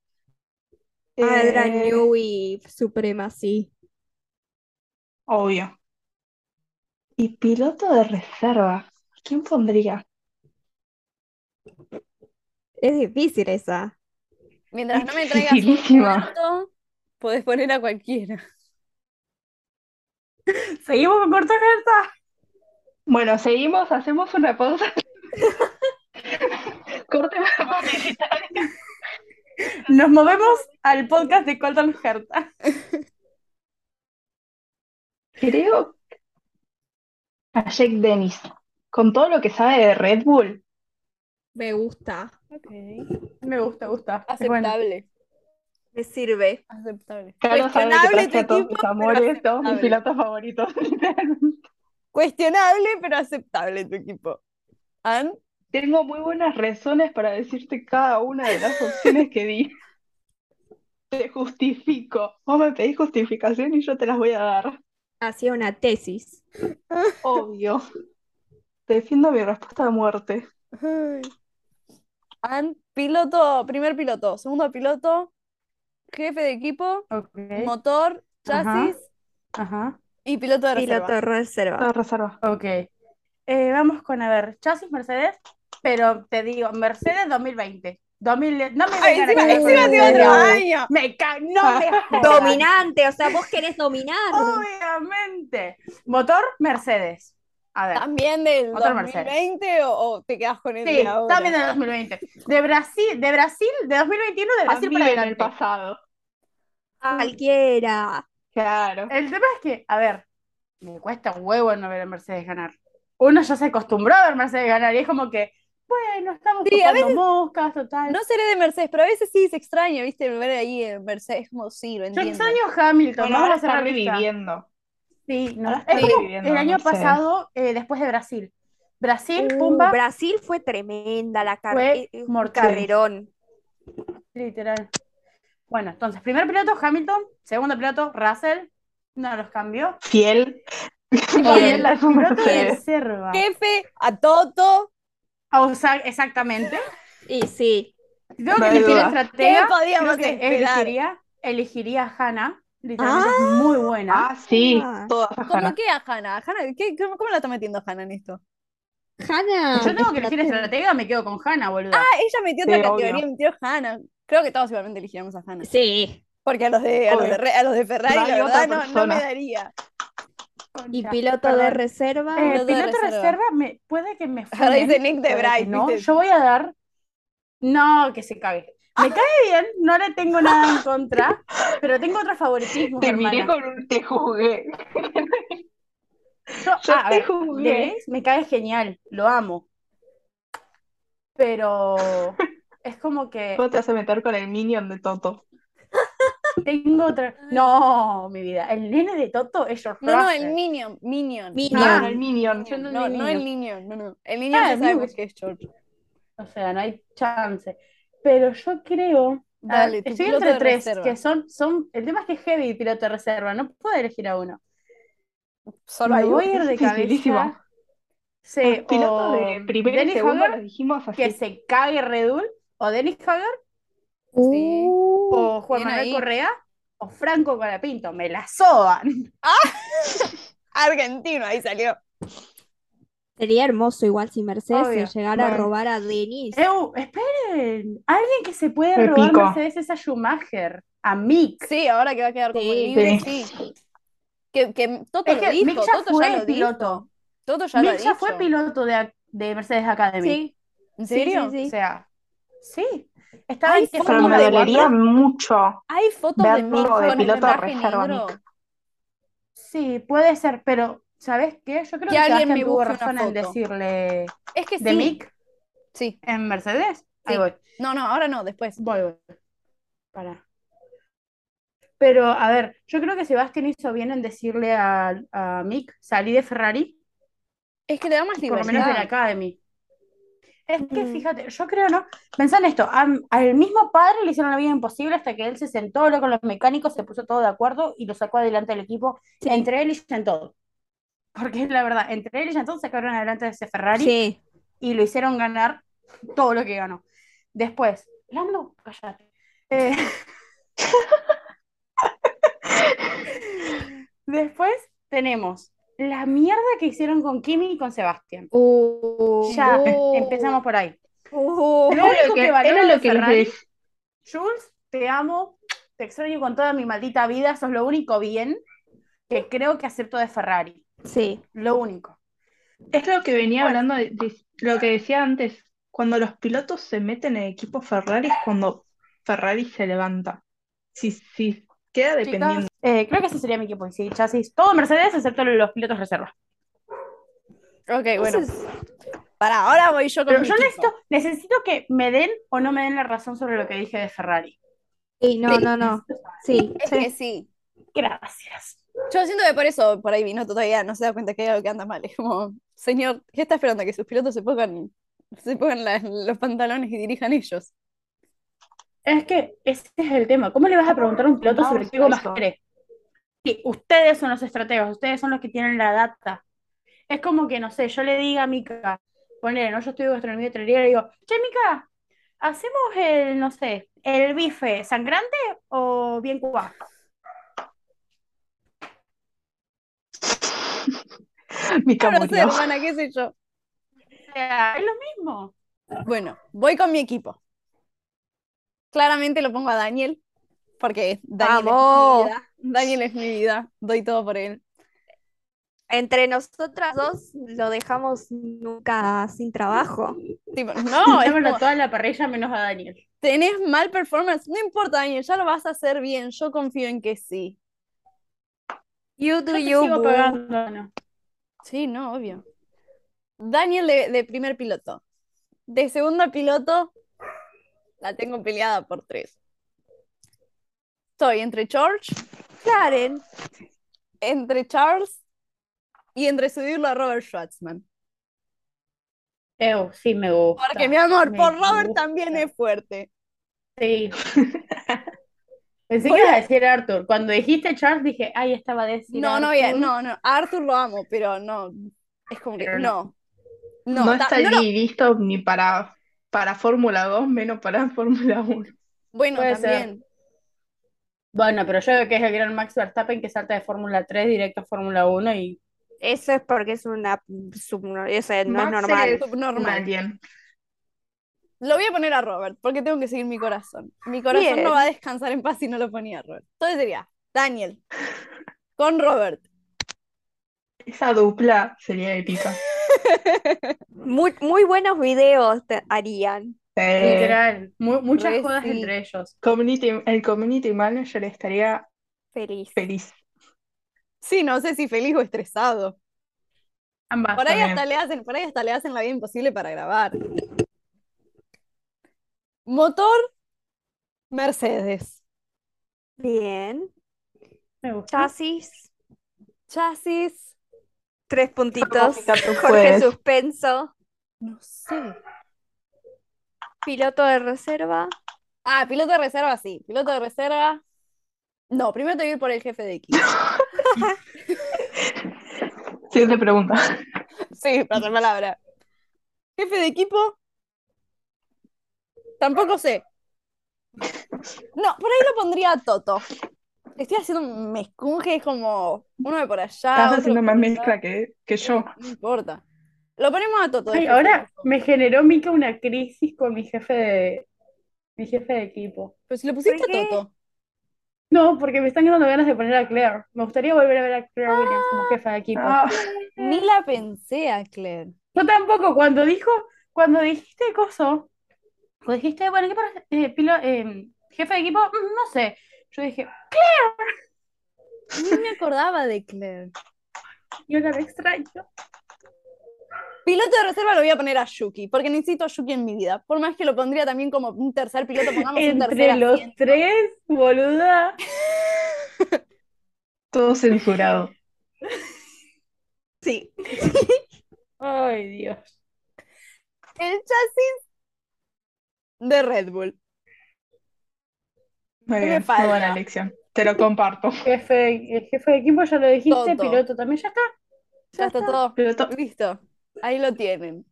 Adra Eh, Newey Suprema, sí. Obvio. Y piloto de reserva. ¿Quién pondría? Es difícil esa. Mientras Es no me traigas un dificilísima. muerto, podés poner a cualquiera. Seguimos con corto carta. Bueno, seguimos, hacemos una pausa. Corte publicitario. Nos movemos al podcast de Colton Herta. Creo a Jake Dennis. Con todo lo que sabe de Red Bull, Me gusta. Me gusta, gusta. Es bueno. Aceptable. Me sirve. Aceptable. claro, sabe que Cuestionable traje a tu todos equipo, mis amores, pero todos mis aceptable. pilotos favoritos. Cuestionable, pero aceptable tu equipo. Ann, Tengo muy buenas razones para decirte cada una de las opciones que di. Te justifico. Vos me pedís justificación y yo te las voy a dar. Hacía una tesis. Obvio. Defiendo mi respuesta a muerte. Ann, piloto, primer piloto, segundo piloto, jefe de equipo, Ok. motor, Ajá. chasis Ajá. y piloto de reserva. Piloto reserva. Todo reserva. Ok. Eh, vamos con, a ver, chasis Mercedes, pero te digo, Mercedes 2020. 2000, no me Ay, vengan a Ah, encima, cagar con encima el de otro mundial. año. Me ca- no me jodan. Dominante, o sea, vos querés dominar. Obviamente. Motor Mercedes. A ver. ¿También del Otro 2020 o, o te quedas con el Sí, de ahora? también de 2020. De Brasil, de Brasil, de 2021, de Brasil para También en el adelante. pasado. Cualquiera. Claro. El tema es que, a ver, me cuesta un huevo no ver a Mercedes ganar. Uno ya se acostumbró a ver a Mercedes ganar y es como que, bueno, estamos Sí, a tocando moscas, total. No seré de Mercedes, pero a veces sí se extraña, ¿viste? Ver ahí en Mercedes, como sí, lo Yo entiendo. extraño a Hamilton, Bueno, vamos ahora a cerrar están lista. reviviendo. Sí, no, Ahora es están como reviviendo el a año Mercedes. pasado, eh, después de Brasil. Brasil, Uh, pumba, Brasil fue tremenda la carrera. Fue mortal. carrerón. literal. Bueno, entonces, primer piloto, Hamilton. Segundo piloto, Russell. No los cambió. Fiel. El Fiel a su piloto de Mercedes. reserva. Jefe, Ah, a Toto, Ah, o sea, exactamente. Y sí. Si tengo No que hay elegir duda. ¿qué estratega, creo podíamos que esperar? elegiría, elegiría a Hannah. Literalmente es muy buena. Ah, sí. Ah. Todas ¿Cómo qué a Hannah? ¿Hannah qué, cómo, cómo la está metiendo Hannah en esto? Hanna. Si yo tengo que elegir estratega, me quedo con Hannah, boludo. Ah, ella metió otra Sí, obvio. categoría, metió Hannah. Creo que todos igualmente elegiríamos a Hannah. Sí. Porque a los de, a los de, Obvio. Re- a los de Ferrari, No hay la otra verdad, no, no me persona. daría. Y piloto de reserva. Eh, piloto de piloto de reserva. reserva, me, puede que me Ahora dice funen, Nick de puede que Bryce, no. ¿viste? Yo voy a dar. No, que se cague. Ah. Me cae bien, no le tengo nada en contra, pero tengo otro favoritismo, Te miré hermana. con un te jugué. Yo, Yo ah, a te ver, jugué. de Bryce me cae genial, lo amo. Pero es como que ¿Cómo te vas a meter con el minion de Toto? tengo otra. No, mi vida. El nene de Toto es George No, no, el Russell. Minion, Minion. Minion. Ah, el minion. Yo No, no el el Minion, no, no. El Minion Ah, ya el sabemos Minion. que es George. O sea, no hay chance. Pero yo creo. a ver, Dale, tu Ah, estoy piloto entre de tres, reserva. que son, son. El tema es que es heavy el piloto de reserva, no puedo elegir a uno. Solo Me hay voy uno. a ir de Dificilísimo. cabeza. Sí, Los pilotos o de primero y Dennis segundo Hauger, los dijimos así. que se cague Redul, o Dennis Hager, Uh, o Juan bien Manuel ahí. Correa, o Franco Colapinto, me la soban. Argentino, ahí salió. Sería hermoso igual si Mercedes Obvio. Eh, se llegara Bueno. a robar a Denis. Eu, esperen, alguien que se puede Me robar picó. Mercedes es a Schumacher, a Mick. Sí, ahora que va a quedar como Sí. libre, sí. Que, que Toto Es lo que dijo, Mick ya Toto fue ya lo dijo. piloto. Toto ya lo ha Mick ya fue dicho. piloto de, de Mercedes Academy. Sí. ¿En Sí, sí, serio? sí. O sea, sí. Estaba Ay, en fue Pero como me de dolería mucho. Hay fotos de Verlo Mick de con el piloto de traje reserva, negro. Mick. Sí, puede ser, pero ¿sabes qué? Yo Que creo que alguien Sebastián me tuvo busque una razón en foto. decirle Es que de sí. Mick Sí. en Mercedes. Ahí Sí. voy, No, no, ahora no, después. voy, voy. Pará. Pero, a ver, yo creo que Sebastián hizo bien en decirle a, a Mick, salí de Ferrari, Es que le da más por lo menos de la libertad. Academy. Es que Mm. fíjate, yo creo, ¿no? Pensá en esto, a- al mismo padre le hicieron la vida imposible hasta que él se sentó, habló con los mecánicos, se puso todo de acuerdo y lo sacó adelante del equipo, Sí. entre él y Shanton. Porque es la verdad, entre él y Shanton sacaron adelante de ese Ferrari Sí. y lo hicieron ganar todo lo que ganó. Después, Lando, callate. Eh, Después tenemos la mierda que hicieron con Kimi y con Sebastián. Uh, Ya, uh, empezamos por ahí. uh. Lo único que valoro era de lo que les Ferrari- dije. Jules, te amo, te extraño con toda mi maldita vida, sos lo único bien que creo que acepto de Ferrari. Sí. Lo único. Es lo que venía Bueno. hablando, de, de- lo que decía antes, cuando los pilotos se meten en equipo Ferrari es cuando Ferrari se levanta. Si, si queda dependiendo. Eh, creo que ese sería mi equipo. y Sí, chasis. Todo Mercedes, excepto los pilotos reserva. Ah, Ok, bueno. Entonces, Para, ahora voy yo con Pero mi yo equipo. necesito, necesito que me den o no me den la razón sobre lo que dije de Ferrari. sí, no, no, no. Sí. Es que sí. Gracias. Yo siento que por eso por ahí vino todavía, no se da cuenta que hay algo que anda mal. Es como, señor, ¿qué está esperando? Que sus pilotos se pongan, se pongan la- los pantalones y dirijan ellos. Es que ese es el tema. ¿Cómo le vas a preguntar a un piloto sobre qué gomas Eso. quiere? Sí, ustedes son los estrategas, ustedes son los que tienen la data. Es como que, no sé, yo le diga a Mica, ponele, no, yo estoy de gastronomía y hotelería, le digo, che, Mica, hacemos el, no sé, ¿El bife sangrante o bien cubano? Mi No lo sé, murió. hermana, qué sé yo. O sea, es lo mismo. Bueno, voy con mi equipo. Claramente lo pongo a Daniel, porque Daniel es ¡Vamos! mi vida. Daniel es mi vida. Doy todo por él. Entre nosotras dos lo dejamos nunca sin trabajo. Tipo, no, es Dámelo como, toda la parrilla menos a Daniel. tenés mal performance. No importa, Daniel, ya lo vas a hacer bien. Yo confío en que sí. You do Yo te you, sigo boo. pagando, no. Sí, no, obvio. Daniel de, de primer piloto. De segundo piloto, la tengo peleada por tres. Estoy entre George, Karen. entre Charles y entre subirlo a Robert Schwartzman. Eu, sí me gusta. Porque, mi amor, me por Robert gusta. también es fuerte. Sí. Pensé que ibas a decir Arthur. Cuando dijiste Charles dije, ay, estaba de decir No, no, bien, Arthur. no, no. A Arthur lo amo, pero no. Es como que Pero no. no. No, No ta- está no lo- ni listo ni para, para Fórmula 2, menos para Fórmula 1. Bueno, Puede ser. también. Bueno, pero yo creo que es el gran Max Verstappen que salta de Fórmula 3 directo a Fórmula 1 y Eso es porque es una sub- ese no es Max normal. es un Subnormal. alien. Lo voy a poner a Robert, porque tengo que seguir mi corazón. Mi corazón Bien. no va a descansar en paz si no lo ponía a Robert. Entonces sería Daniel con Robert. Esa dupla sería épica. Muy, muy buenos videos te harían. Eh, literal, mu- muchas re jodas sí. entre ellos. community- el community manager estaría Feliz. feliz. Sí, no sé si feliz o estresado. Ambas. Por ahí También. hasta le hacen, por ahí hasta le hacen la vida imposible para grabar. Motor Mercedes. Bien. Me gusta. Chasis. Chasis. Tres Ah, puntitos. Pues. Mónica, tú Jorge puedes. Suspenso. No sé. Piloto de reserva. Ah, piloto de reserva, sí. Piloto de reserva. No, primero te voy a ir por el jefe de equipo. Siguiente pregunta. Ah, Sí, pasa palabra. Jefe de equipo. Tampoco sé. No, por ahí lo pondría a Toto. Estoy haciendo un mezcunje, es como uno de por allá, Estás otro haciendo por más acá. mezcla que, que yo. No importa. Lo ponemos a Toto. de Ay, jefe de ahora equipo. me generó Mica una crisis con mi jefe de mi jefe de equipo. Pero si lo pusiste ¿Por a qué? Toto. No, porque me están dando ganas de poner a Claire. Me gustaría volver a ver a Claire Williams como jefa de equipo. Ah, Ni la pensé a Claire. Yo tampoco, cuando dijo, cuando dijiste coso, cuando dijiste, bueno, ¿qué para eh, pilo- eh, jefe de equipo? Mm, No sé. Yo dije, Ni me acordaba de Claire. yo la extraño. Piloto de reserva lo voy a poner a Yuki, porque necesito a Yuki en mi vida. Por más que lo pondría también como un tercer piloto, pongamos un tercer Entre los asiento. tres, boluda. todo censurado. Sí. Ay, Dios. El chasis de Red Bull. Muy ¿Qué me bien, muy falta? buena elección. Te lo comparto. Jefe, de- el jefe de equipo ya lo dijiste, Toto. piloto también ya está. Ya está todo. Pero to- Listo. Ahí lo tienen.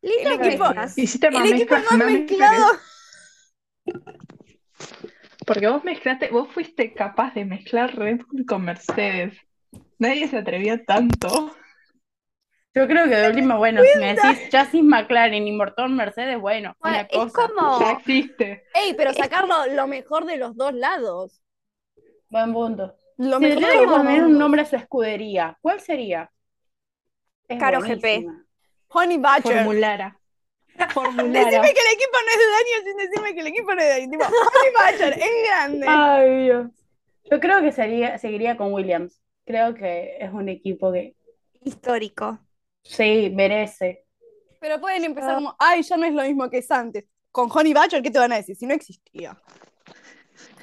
Lindo El equipo- mezclas. hiciste más El equipo mezclas- más más mezclas que- mezclado. Porque vos mezclaste, vos fuiste capaz de mezclar Red Bull con Mercedes. Nadie se atrevía tanto. Yo creo que de última, bueno, si me decís chasis McLaren y Morton Mercedes, bueno, Bueno, una es cosa. como- Ya existe. Ey, Eh, pero sacarlo lo mejor de los dos lados. Buen punto. Lo Si mejor le tuviera que de los poner dos un mundos. nombre a su escudería, ¿cuál sería? Es Caro GP. buenísima. Honey Badger. Formulara. Formulara. Decime que el equipo no es de Daniel sin decirme que el equipo no es de Daniel. Tipo, Honey Badger, en grande. Ay, Dios. Yo creo que sería, seguiría con Williams. Creo que es un equipo que Histórico. sí merece. Pero pueden Ah. empezar como, ay, ya no es lo mismo que es antes. Con Honey Badger, ¿qué te van a decir? Si no existía.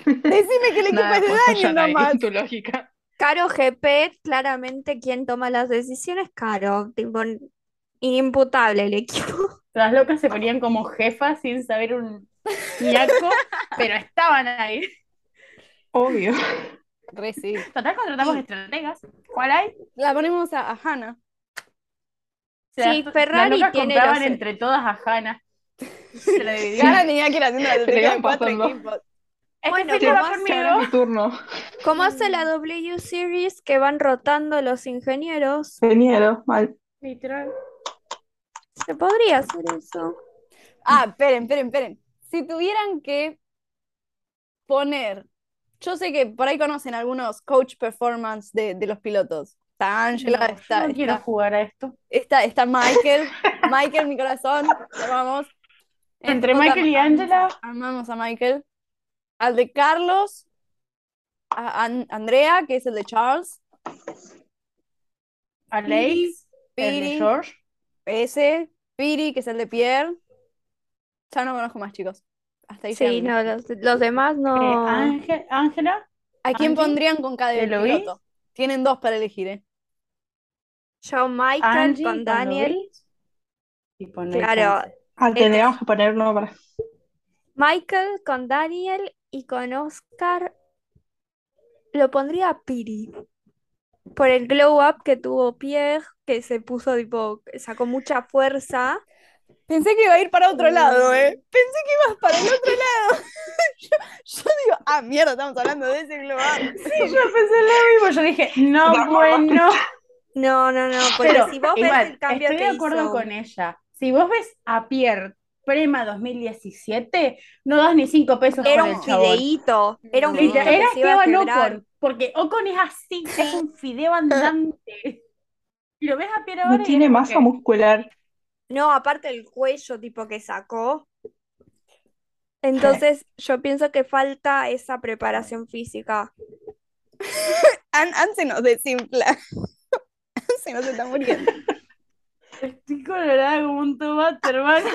Decime que el equipo Nada, es pues, de Daniel Susana, ahí, nomás. tu lógica. Caro GP, claramente quien toma las decisiones, Caro. Tipo, inimputable el equipo. Las locas se ponían como jefas sin saber un ñaco, pero estaban ahí. Obvio. Re sí. Total, contratamos estrategas. ¿Cuál hay? La ponemos a, a Hannah. Sí, Las- Ferrari las locas tiene compraban los- entre todas a Hannah. Se lo dividió. Gana tenía que ir haciendo la Se le teoría de iban cuatro pasando. equipos. Es Bueno, que Fito como va hace Ahora es Este conmigo. mi turno. Como hace la W Series que van rotando los ingenieros, Ingeniero, mal. Literal. se podría hacer eso. Ah, esperen, esperen, esperen. Si tuvieran que poner, yo sé que por ahí conocen algunos coach performance de, de los pilotos. Está Angela, No, yo está, no quiero está- jugar a esto. está- está Michael. Michael, mi corazón, lo amamos. Entre Nosotros Michael y amamos a- Angela. Amamos a Michael. Al de Carlos, a An- Andrea, que es el de Charles, Alex, el de Piri, George. eh, ese, Piri, que es el de Pierre. Ya no conozco más chicos. Hasta ahí Sí, llegan. no, los, los demás eh, no. Ángel- Ángela. ¿A quién Angie, pondrían con cada Eloís. piloto? Tienen dos para elegir, ¿eh? Yo, Michael Angie con con Daniel. Luis. Y con Claro. Nathan. Ah, tendríamos que poner uno para. Michael con Daniel y con Oscar. Lo pondría a Piri. Por el glow up que tuvo Pierre, que se puso tipo, sacó mucha fuerza. Pensé que iba a ir para Mm. otro lado, ¿eh? Pensé que ibas para el otro lado. yo, yo digo, ah, mierda, estamos hablando de ese global. Sí, yo pensé lo mismo. Yo dije, no, No. bueno. No, no, no, porque Pero si vos ves igual, el cambio estoy que de acuerdo hizo, con ella. Si vos ves a Pierre Prema 2017, no das ni cinco pesos era por un el chabón. fideíto, era un No. Literal, fideíto Era que se iba a Esteban quebrar. Ocon, porque Ocon es así, es un fideo andante. Y lo ves a Pierre ahora No y tiene es como masa que- muscular. No, aparte el cuello tipo que sacó. Entonces, yo pienso que falta esa preparación física. An, An se nos desinfla. An se nos está muriendo. Estoy colorada como un tomate, hermano.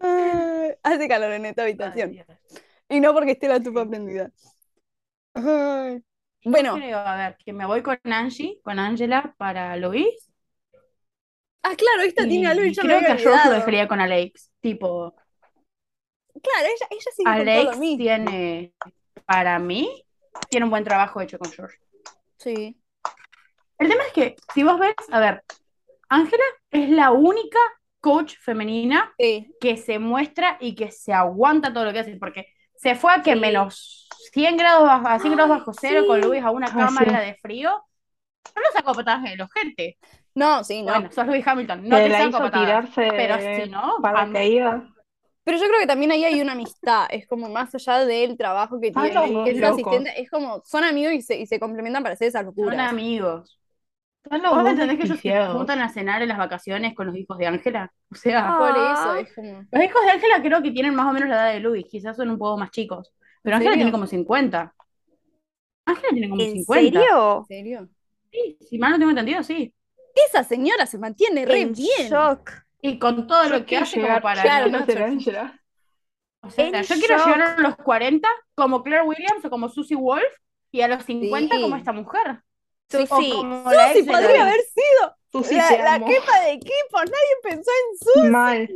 Ah, Hace calor en esta habitación. Ay, Dios. Y no porque esté la tupa prendida. Ay. Bueno, Creo, a ver, que me voy con Angie, con Angela para Luis. ah, claro, esta tiene algo y y yo me creo que a había George lo olvidado. dejaría con Alex. Tipo, Claro, ella, ella sí dijo todo Alex lo mismo. tiene, para mí, tiene un buen trabajo hecho con George. Sí. El tema es que, si vos ves, a ver, Ángela es la única coach femenina Sí. que se muestra y que se aguanta todo lo que hace, porque se fue a que Sí. menos 100 grados bajo, a 100 grados bajo cero sí. con Luis a una Ah, cámara sí. de frío. No lo sacó a patadas en el ojete. No, sí, no. Bueno, sos Luis Hamilton, no Se te la saco hizo a patadas. tirarse Pero si no, para a- caída. Pero yo creo que también ahí hay una amistad, es como más allá del trabajo que Ah, Ay, tiene, los dos que es locos. asistente, es como son amigos y se, y se complementan para hacer esas son locuras. amigos. Están los ¿Vos dos entendés que ellos se desquiciados. juntan a cenar en las vacaciones con los hijos de Ángela? O sea, Por eso, Ay. es como. los hijos de Ángela creo que tienen más o menos la edad de Luis, quizás son un poco más chicos. Pero Ángela serio? tiene como 50. Ángela tiene como ¿En 50. ¿En serio? serio? Sí, si mal no tengo entendido, sí. Esa señora se mantiene re En bien. shock. Y con todo Yo lo que quiero hace como llegar- para Claro, no, quiero no- ser yo- Ángela. O sea, En yo quiero shock. llegar a los 40 como Claire Williams o como Susie Wolf y a los 50 Sí. como esta mujer. Tú O sí. como la Susi ex de podría Lois. haber sido Tú sí te la, la amo. jefa de equipo, nadie pensó en Susi. Mal.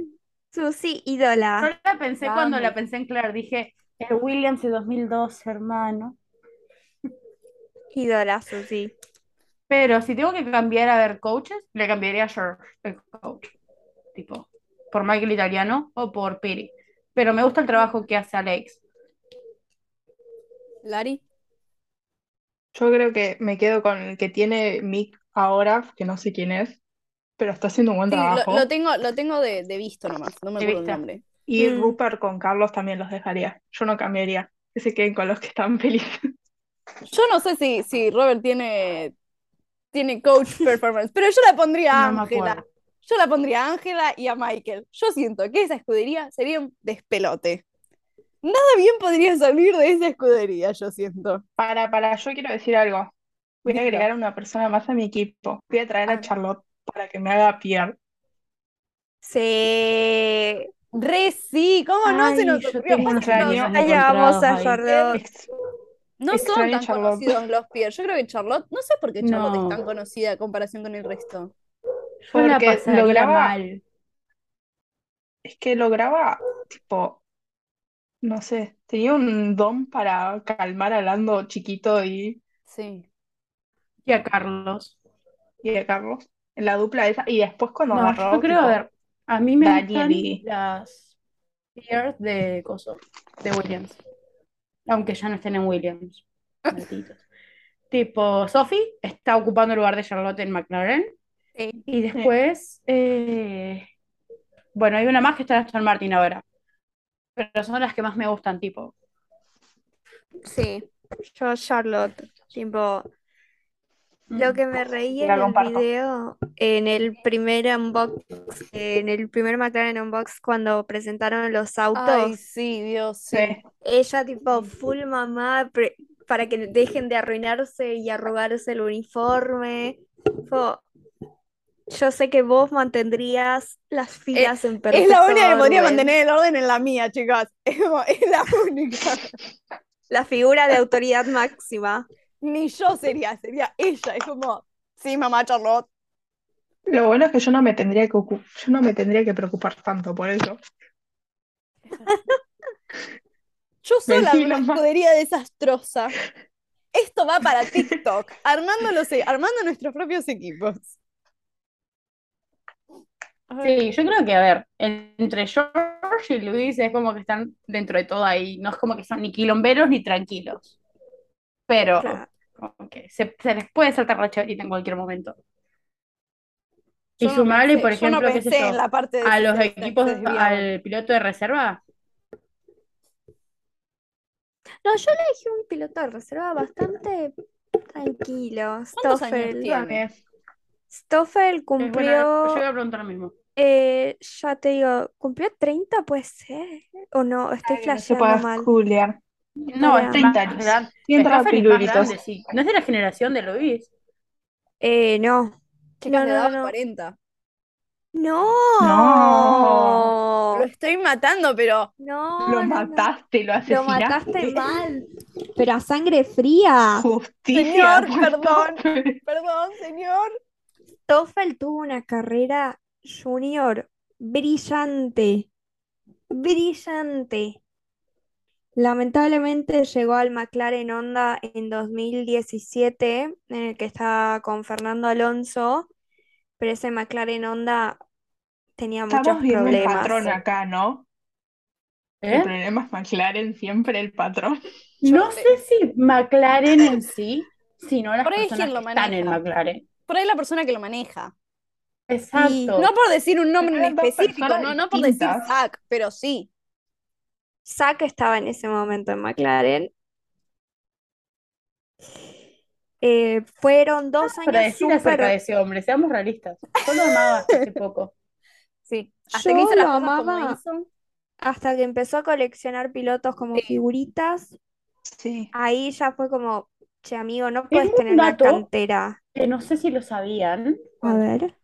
Susi, Yo ídola. la pensé La cuando amo. la pensé en Claire, dije, el Williams de 2002, hermano. Ídola, Susi. Pero si tengo que cambiar a ver coaches, le cambiaría a George, el coach. Tipo, por Michael Italiano o por Piri. Pero me gusta el trabajo que hace Alex. Lari. Yo creo que me quedo con el que tiene Mick ahora, que no sé quién es, pero está haciendo un buen Sí, lo, trabajo. lo tengo, lo tengo de, de visto nomás, no me De acuerdo el vista. nombre. Y Mm. Rupert con Carlos también los dejaría. Yo no cambiaría. Que se queden con los que están felices. Yo no sé si, si Robert tiene, tiene coach performance, pero yo la pondría a No me Ángela. acuerdo. Yo la pondría a Ángela y a Michael. Yo siento que esa escudería sería un despelote. Nada bien podría salir de esa escudería, yo siento. Para, para, yo quiero decir algo. Voy a Dilo. agregar a una persona más a mi equipo. Voy a traer Ah. a Charlotte para que me haga Pierre. Sí. Re sí, ¿cómo no se Ay, nos yo ocurrió? tengo Pasa unos que no- amigos Encontrados Allá vamos a ahí. Charlotte. Ex- no, son extraño tan Charlotte. conocidos los Pierre. Yo creo que Charlotte, no sé por qué Charlotte No. es tan conocida en comparación con el resto. Yo la Porque pasaría lograba- mal. Es que lograba, tipo, no sé, tenía un don para calmar a Lando chiquito y, Sí. Y a Carlos. y a Carlos. En la dupla esa. Y después cuando No, agarró, yo creo, tipo, a ver, A mí me Dani, gustan Vivi. las peers de coso, de Williams. Aunque ya no estén en Williams. Malditos. Tipo, Sophie está ocupando el lugar de Charlotte en McLaren. Sí. Y después, eh, bueno, hay una más que está en Aston Martin ahora. Pero son las que más me gustan, tipo. Sí. Yo, Charlotte, tipo, Lo que me reí Te en la el comparto. video, en el primer unbox, en el primer McLaren unbox cuando presentaron los Ay, autos, sí, Dios, sí. Sí. ella tipo full mamá pre- para que dejen de arruinarse y arrugarse el uniforme. Fue- yo sé que vos mantendrías las filas en Es la única que perfecto podía orden. mantener el orden en la mía, chicas. Es la única. La figura de autoridad máxima. Ni yo sería, sería ella. Es como, sí, mamá Charlotte. Lo bueno es que yo no me tendría que ocu- yo no me tendría que preocupar tanto por eso. Yo sola Decí una nomás. escudería desastrosa. Esto va para TikTok, armando, los e- armando nuestros propios equipos. A ver, Sí, yo creo que, a ver, en- entre George y Luis es como que están dentro de todo ahí. No es como que son ni quilomberos ni tranquilos. Pero Claro. como que se, se les puede saltar la chaverita en cualquier momento. Y yo no sumarle, pensé- por yo no ejemplo, qué sé pensé yo, en la parte de a los se- se- equipos, se desviaban. al piloto de reserva, No, yo elegí un piloto de reserva bastante tranquilo, ¿Cuántos años Stoffel. tiene? Stoffel es buena- cumplió yo voy a preguntar lo mismo. Eh, ya te digo, cumplió 30, puede ser. O no, estoy Ay, no se flasheando puede mal. culear. No, Para- es más 30 años. grande. Mientras Stoffel es más pirulitos. grande, sí. ¿No es de la generación de Luis? Eh, no. Chicas, No, le no, dabas no. 40. No. Lo estoy matando, pero No, Lo no, no. mataste, lo Lo asesinaste. mataste mal. Pero a sangre fría. Justicia Señor, por perdón. Stoffel. Perdón, señor. Toffel tuvo una carrera junior brillante. Brillante. Lamentablemente llegó al McLaren Honda en 2017, en el que estaba con Fernando Alonso, pero ese McLaren Honda tenía Estamos muchos viendo el problemas. patrón acá, ¿no? El ¿Eh? problema es McLaren, siempre el patrón. No Yo- sé si McLaren en sí, sino las Por ahí es personas quien lo que están en maneja. McLaren. Por ahí la persona que lo maneja. Exacto. No por decir un nombre en Eran dos específico, personas no, no por decir distintas. Zack, pero sí. Zack estaba en ese momento en McLaren. Eh, fueron dos para años decir acerca súper- de ese hombre, seamos realistas. Yo lo amaba hasta hace poco. Sí. Yo hizo las lo cosas como amaba. hizo. hasta que empezó a coleccionar pilotos como figuritas, Sí. ahí ya fue como, che, amigo, no Tengo puedes un tener una dato. cantera. Que Eh, no sé si lo sabían. A ver.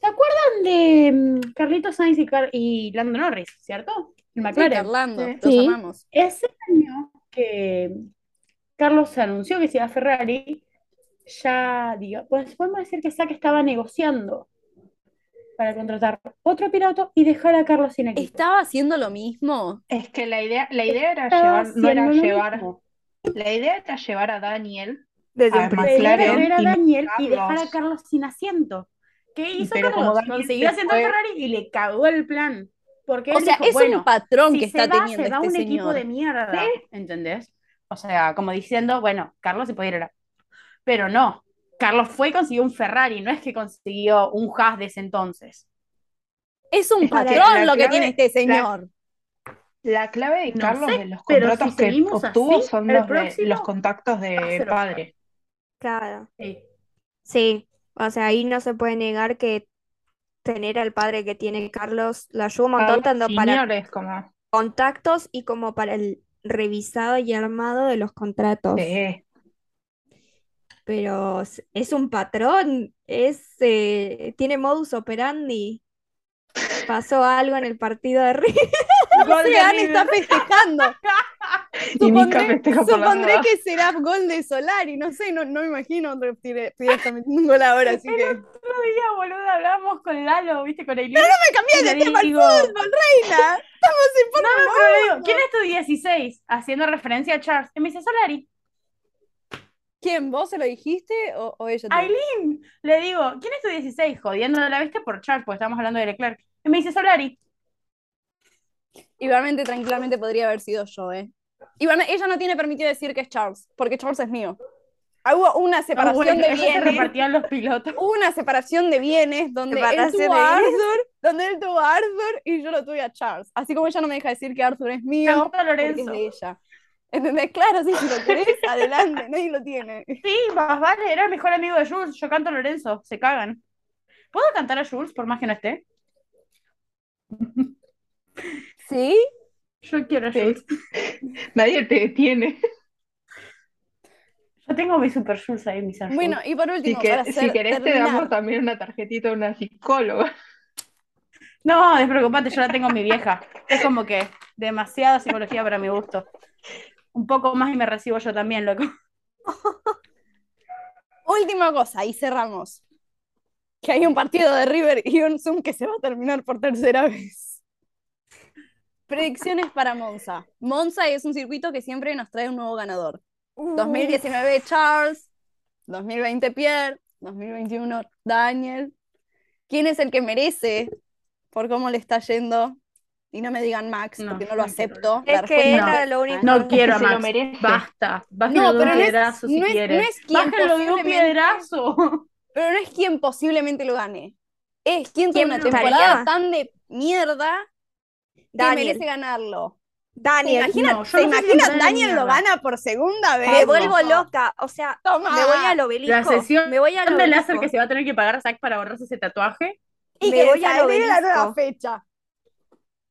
¿Se acuerdan de mm, Carlitos Sainz y, Car- y Lando Norris, cierto? El Sí, McLaren. Carlando, Sí. los Sí. amamos. Ese año que Carlos anunció que se iba a Ferrari, ya, diga, pues podemos decir que Sack estaba negociando para contratar otro piloto y dejar a Carlos sin equipo. Estaba haciendo lo mismo. Es que la idea, la idea era Estaba llevar, no era haciendo lo llevar, mismo. la idea era llevar a Daniel, Desde A un ver, principio. La idea McLaren era y Daniel y dejar Carlos. a Carlos sin asiento. ¿Qué hizo Pero como Carlos? Daniel Consiguió se asiento a fue- Ferrari y le cagó el plan. Porque O él sea, dijo, es bueno, un patrón si que se está va, teniendo se va este un equipo señor. de mierda, ¿entendés? O sea, como diciendo, bueno, Carlos se puede ir a la... Pero no, Carlos fue y consiguió un Ferrari, no es que consiguió un Haas de ese entonces. Es un Es que patrón la lo que clave- tiene este señor. La clave de No Carlos sé, de los pero contratos si que seguimos obtuvo así, son el los de próximo los contactos de va a ser padre. Claro. Sí. Sí. O sea, ahí no se puede negar que tener al padre que tiene Carlos la ayuda Ah, un montón, tanto para Señores, como contactos y como para el revisado y armado de los contratos. sí, Pero es- es un patrón, es, eh, tiene modus operandi. Pasó algo en el partido de River. O sea, Anne está festejando. Y Mica Supondré, festeja por las supondré dudas. que será gol de Solari, no sé, no, no me imagino otro pibe pibe está metiendo un gol ahora, así El que. otro día, boludo, hablamos con Lalo, ¿viste? Con Eileen. ¡Me Y cambié le de tema al digo- fútbol, reina! ¡Estamos en No, forma! no, pero le digo, ¿quién es tu 16? Haciendo referencia a Charles. Y me dice Solari. ¿Quién? ¿Vos se lo dijiste o, o ella? te lo dijo? Aileen, le digo, ¿quién es tu 16? Jodiendo la viste por Charles, porque estamos hablando de Leclerc. Y me dice Solari. Igualmente, tranquilamente podría haber sido yo, ¿eh? Igualmente, ella no tiene permitido decir que es Charles, porque Charles es mío. Ah, Hubo una Ah, separación bueno, de ellos se bienes, repartían los pilotos. hubo una separación de bienes donde él Separación tuvo de a bienes. Arthur, donde él tuvo a Arthur y yo lo tuve a Charles. Así como ella no me deja decir que Arthur es mío, Santo porque es Lorenzo. de ella. ¿Entendés? Claro, sí, si lo querés, adelante, nadie lo tiene. Sí, más vale, era el mejor amigo de Jules. Yo canto a Lorenzo, se cagan. ¿Puedo cantar a Jules por más que no esté? ¿Sí? Yo quiero a Sí. Jules. Nadie te detiene. Yo tengo mi super Jules ahí, mi San Bueno, Jules. y por Si, último, que- para si hacer- querés, te terminar, damos también una tarjetita a una psicóloga. No, despreocupate, yo la tengo mi vieja. Es como que demasiada psicología para mi gusto. Un poco más y me recibo yo también, loco. Última cosa, y cerramos. Que hay un partido de River y un Zoom que se va a terminar por tercera vez. Predicciones para Monza. Monza es un circuito que siempre nos trae un nuevo ganador. 2019 Charles, 2020 Pierre, 2021 Daniel. ¿Quién es el que merece por cómo le está yendo? Y no me digan Max, No, porque no yo lo no quiero acepto. Es La que respuesta era es lo único. No quiero a se lo Max. merece. Basta. Bájenlo No, de un pero no es- piedrazo si no es- no quieren. es quien Bájenlo de un posiblemente- piedrazo. Pero no es quien posiblemente lo gane. Es quien tiene ¿Quién una lo temporada estaría? tan de mierda que Daniel. merece ganarlo. ¿Se Daniel, imaginan, No, yo se no sé si imaginan lo gana Daniel ni lo mierda. gana por segunda vez? me vuelvo No. loca. O sea, Toma. me voy al obelisco. La sesión me voy al ¿Dónde láser obelisco. que se va a tener que pagar a Zack para borrarse ese tatuaje? Y me que voy al salga la nueva obelisco. fecha.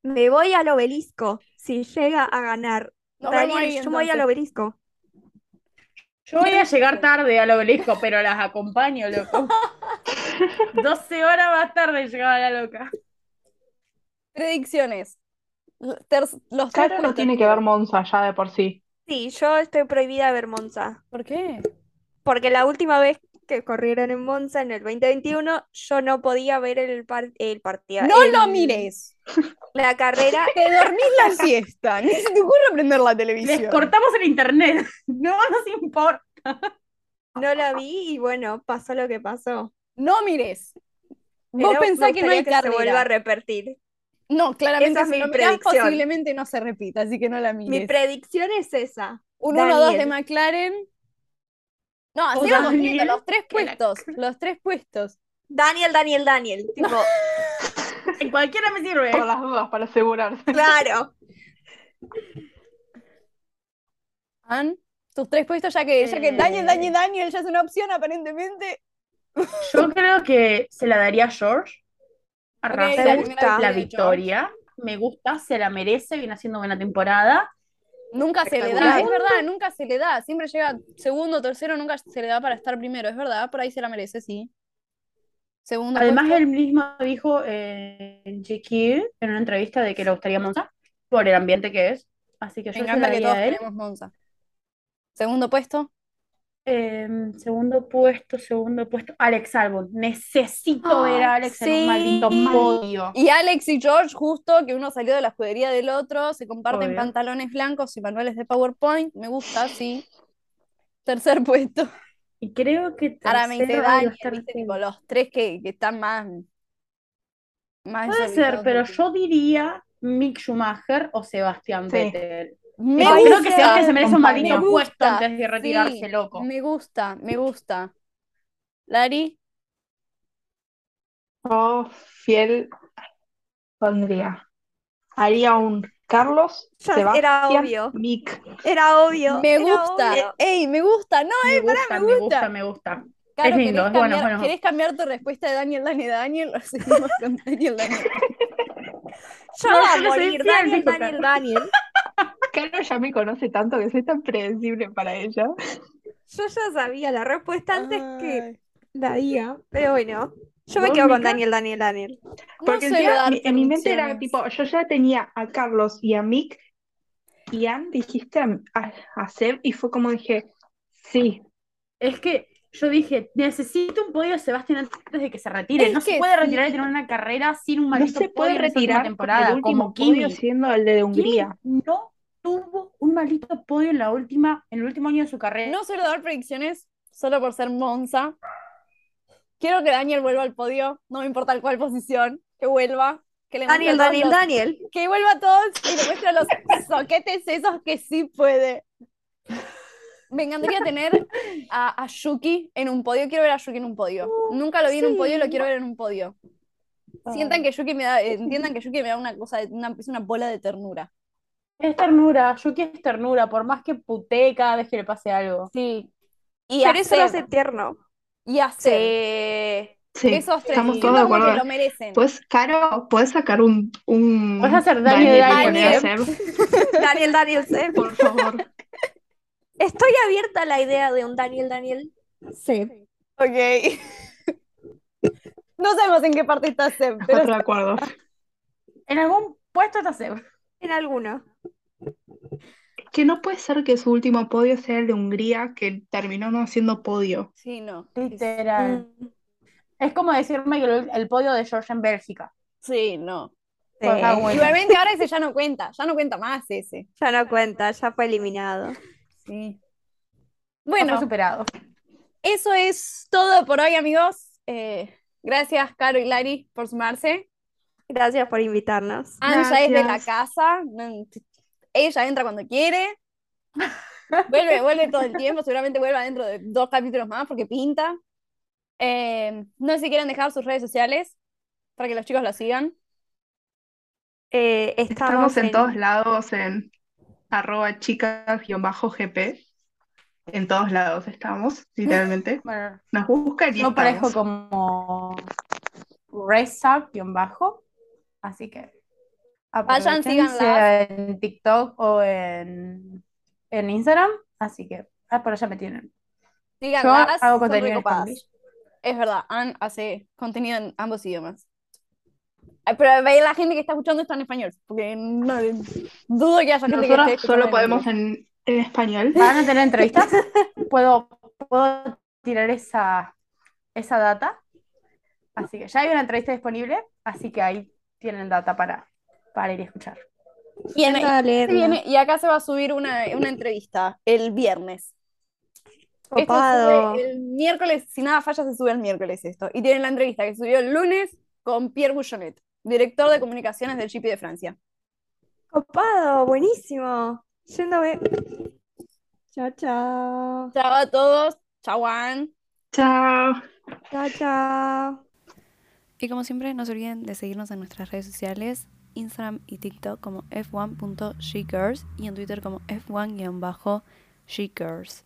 Me voy al obelisco. Si llega a ganar. Nos vemos Daniel, ahí, yo me voy al entonces. obelisco. Yo voy a llegar tarde al obelisco, pero las acompaño, loco. 12 horas más tarde llegaba la loca. Predicciones. Ter- los tres Claro, no tiene puestos. que ver Monza ya de por sí. Sí, yo estoy prohibida de ver Monza. ¿Por qué? Porque la última vez que corrieron en Monza en el 2021, yo no podía ver el, par- el partido. No el- lo mires. La carrera. Te dormís la siesta. Ni se te ocurre prender la televisión. Les cortamos el internet. No nos importa. No la vi y bueno, pasó lo que pasó. No mires. Vos Pero pensás me que no hay gustaría que se vuelva a carrera. repetir. No, claramente Esa es si mi lo mirás, predicción. posiblemente no se repita, así que no la Mi mires. predicción es esa. Un 1-2 de Daniel. McLaren. No, así Daniel, completo, los tres que la- puestos, los tres puestos. Daniel, Daniel, Daniel. Tipo, En cualquiera me sirve. Por las dudas, para asegurarse. claro. An, tus tres puestos ya que, ya que Eh. Daniel, Daniel, Daniel ya es una opción aparentemente. Yo creo que se la daría a George. A Ok, Russell, me la gusta. primera la de George. victoria. Me gusta, se la merece, viene haciendo buena temporada. Nunca se le da, Espectacular. es verdad, nunca se le da. Siempre llega segundo, tercero, nunca se le da para estar primero, es verdad, por ahí se la merece, sí. Segundo Además, puesto. él mismo dijo eh, en GQ, en una entrevista, de que le gustaría Monza por el ambiente que es. Así que Me yo se la encanta que daría todos a él. queremos Monza. Segundo puesto. Em, segundo puesto, segundo puesto. Alex Albon. Necesito ver a Alex en sí. un maldito podio. Y Alex y George, justo que uno salió de la escudería del otro, se comparten Obvio. pantalones blancos y manuales de PowerPoint. Me gusta, sí. Tercer puesto. Y creo que Ahora me dice tercero va a Daniel, estar viste, Esteban. tipo, los tres que, que están más. más Puede desorbitados ser, pero del yo diría Mick Schumacher o Sebastián Sí. Vettel. Me Tipo, creo gusta. que Sebastián se merece un Compañero. maldito Me puesto gusta, antes de retirarse, sí. loco. Me gusta, me gusta. Lari, Yo, fiel, pondría. Haría un Carlos, Ya Sebastián, era obvio. Mick. Era obvio. me era gusta. obvio. Ey, me gusta. No, Me gusta, me gusta. gusta, me gusta. Caro, lindo, ¿querés es bueno, cambiar, bueno. ¿querés cambiar tu respuesta de Daniel, Daniel, Daniel? O seguimos con Daniel, Daniel. Yo No, voy a yo le soy morir. fiel, Daniel, Daniel, dijo Carlos. Daniel. Carlos Ah, ya me conoce tanto que soy tan predecible para ella. Yo ya sabía la respuesta antes que Ay. la diga. Pero bueno, yo me ¿Vos, quedo con Mica? Daniel, Daniel, Daniel. No Porque suelo encima dar mi- en mi mente era predicciones. tipo, yo ya tenía a Carlos y a Mick, y Ann dijiste a, a, a Seb, y fue como dije, sí, Es que yo dije, necesito un podio de Sebastián antes de que se retire. Es no se que puede retirar sí. y tener una carrera sin un no maldito se puede podio en esa última retirar con temporada, el último como Kimi. podio siendo el de Kimi Hungría. no tuvo un maldito podio en, la última, en el último año de su carrera. No suelo dar predicciones solo por ser Monza. Quiero que Daniel vuelva al podio, no me importa en cuál posición, que vuelva. Que le muestre a Daniel, todos Daniel, los- Daniel. Que vuelva a todos y le muestre a los soquetes esos que sí puede. Me encantaría tener a, a Yuki en un podio. Quiero ver a Yuki en un podio. Nunca lo vi en un podio y lo quiero ver en un podio. Sientan que Yuki me da, eh, entiendan que Yuki me da una cosa, de- una, es una bola de ternura. Es ternura, Yuki es ternura, por más que putee cada vez que le pase algo. Sí. Y Pero eso lo hacer, hace tierno. y hacer. Sí. Sí, Esos tres. estamos sientan todos de como que acuerdo. lo merecen. Pues, Caro, puedes sacar un. un Podés hacer daño de Daniel, Daniel. podés hacer, Daniel, Daniel, Seb. por favor. Estoy abierta a la idea de un Daniel, Daniel. Sí. Ok. No sabemos en qué parte está Seb, pero Otro acuerdo. En algún puesto está Seb. En alguno. Que no puede ser que su último podio sea el de Hungría, que terminó no siendo podio. sí, no. Literal. Mm, Es como decirme que el, el podio de George en Bélgica. Sí, no. sí. Pues, ah, bueno. Igualmente ahora ese ya no cuenta, ya no cuenta más ese. Ya no cuenta, ya fue eliminado. Sí. Bueno, Bueno, superado. eso es todo por hoy, amigos. Eh, gracias, Caro y Lari, por sumarse. Gracias por invitarnos. Anja es de la Gracias. casa. no- Ella entra cuando quiere. Vuelve, vuelve todo el tiempo. Seguramente vuelva dentro de dos capítulos más porque pinta. Eh, no sé si quieren dejar sus redes sociales para que los chicos la sigan. Eh, Estamos estamos en todos lados en arroba chicas-gp. En todos lados estamos, literalmente. Bueno, Nos buscan y yo parezco estamos. como Reza-bajo. Así que Vayan, aprovechense síganlas. en TikTok o en, en Instagram. Así que ah, por allá me tienen. Yo Síganlas, hago son contenido en recopadas. Spanglish. Es verdad, Ann hace contenido en ambos idiomas. Ay, Pero ve la gente que está escuchando está en español, porque no, dudo que haya gente que esté Nosotros escuchando solo en podemos inglés. en, en español. ¿Van a tener entrevistas? ¿Puedo, puedo tirar esa, esa data? Así que ya hay una entrevista disponible, así que ahí tienen data para, para ir a escuchar. Y, en- a leer. se viene- y acá se va a subir una, una entrevista el viernes. Esto Copado. sube el miércoles, si nada falla, se sube el miércoles esto. Y tienen la entrevista que subió el lunes con Pierre Bouchonet, director de comunicaciones del GP de Francia. Copado, buenísimo. Yendo a ver. Chao, chao. Chao a todos, chao Ann. Chao. Chao, chao. Y como siempre, no se olviden de seguirnos en nuestras redes sociales, Instagram y TikTok como f1.shegirls y en Twitter como f1-shegirls.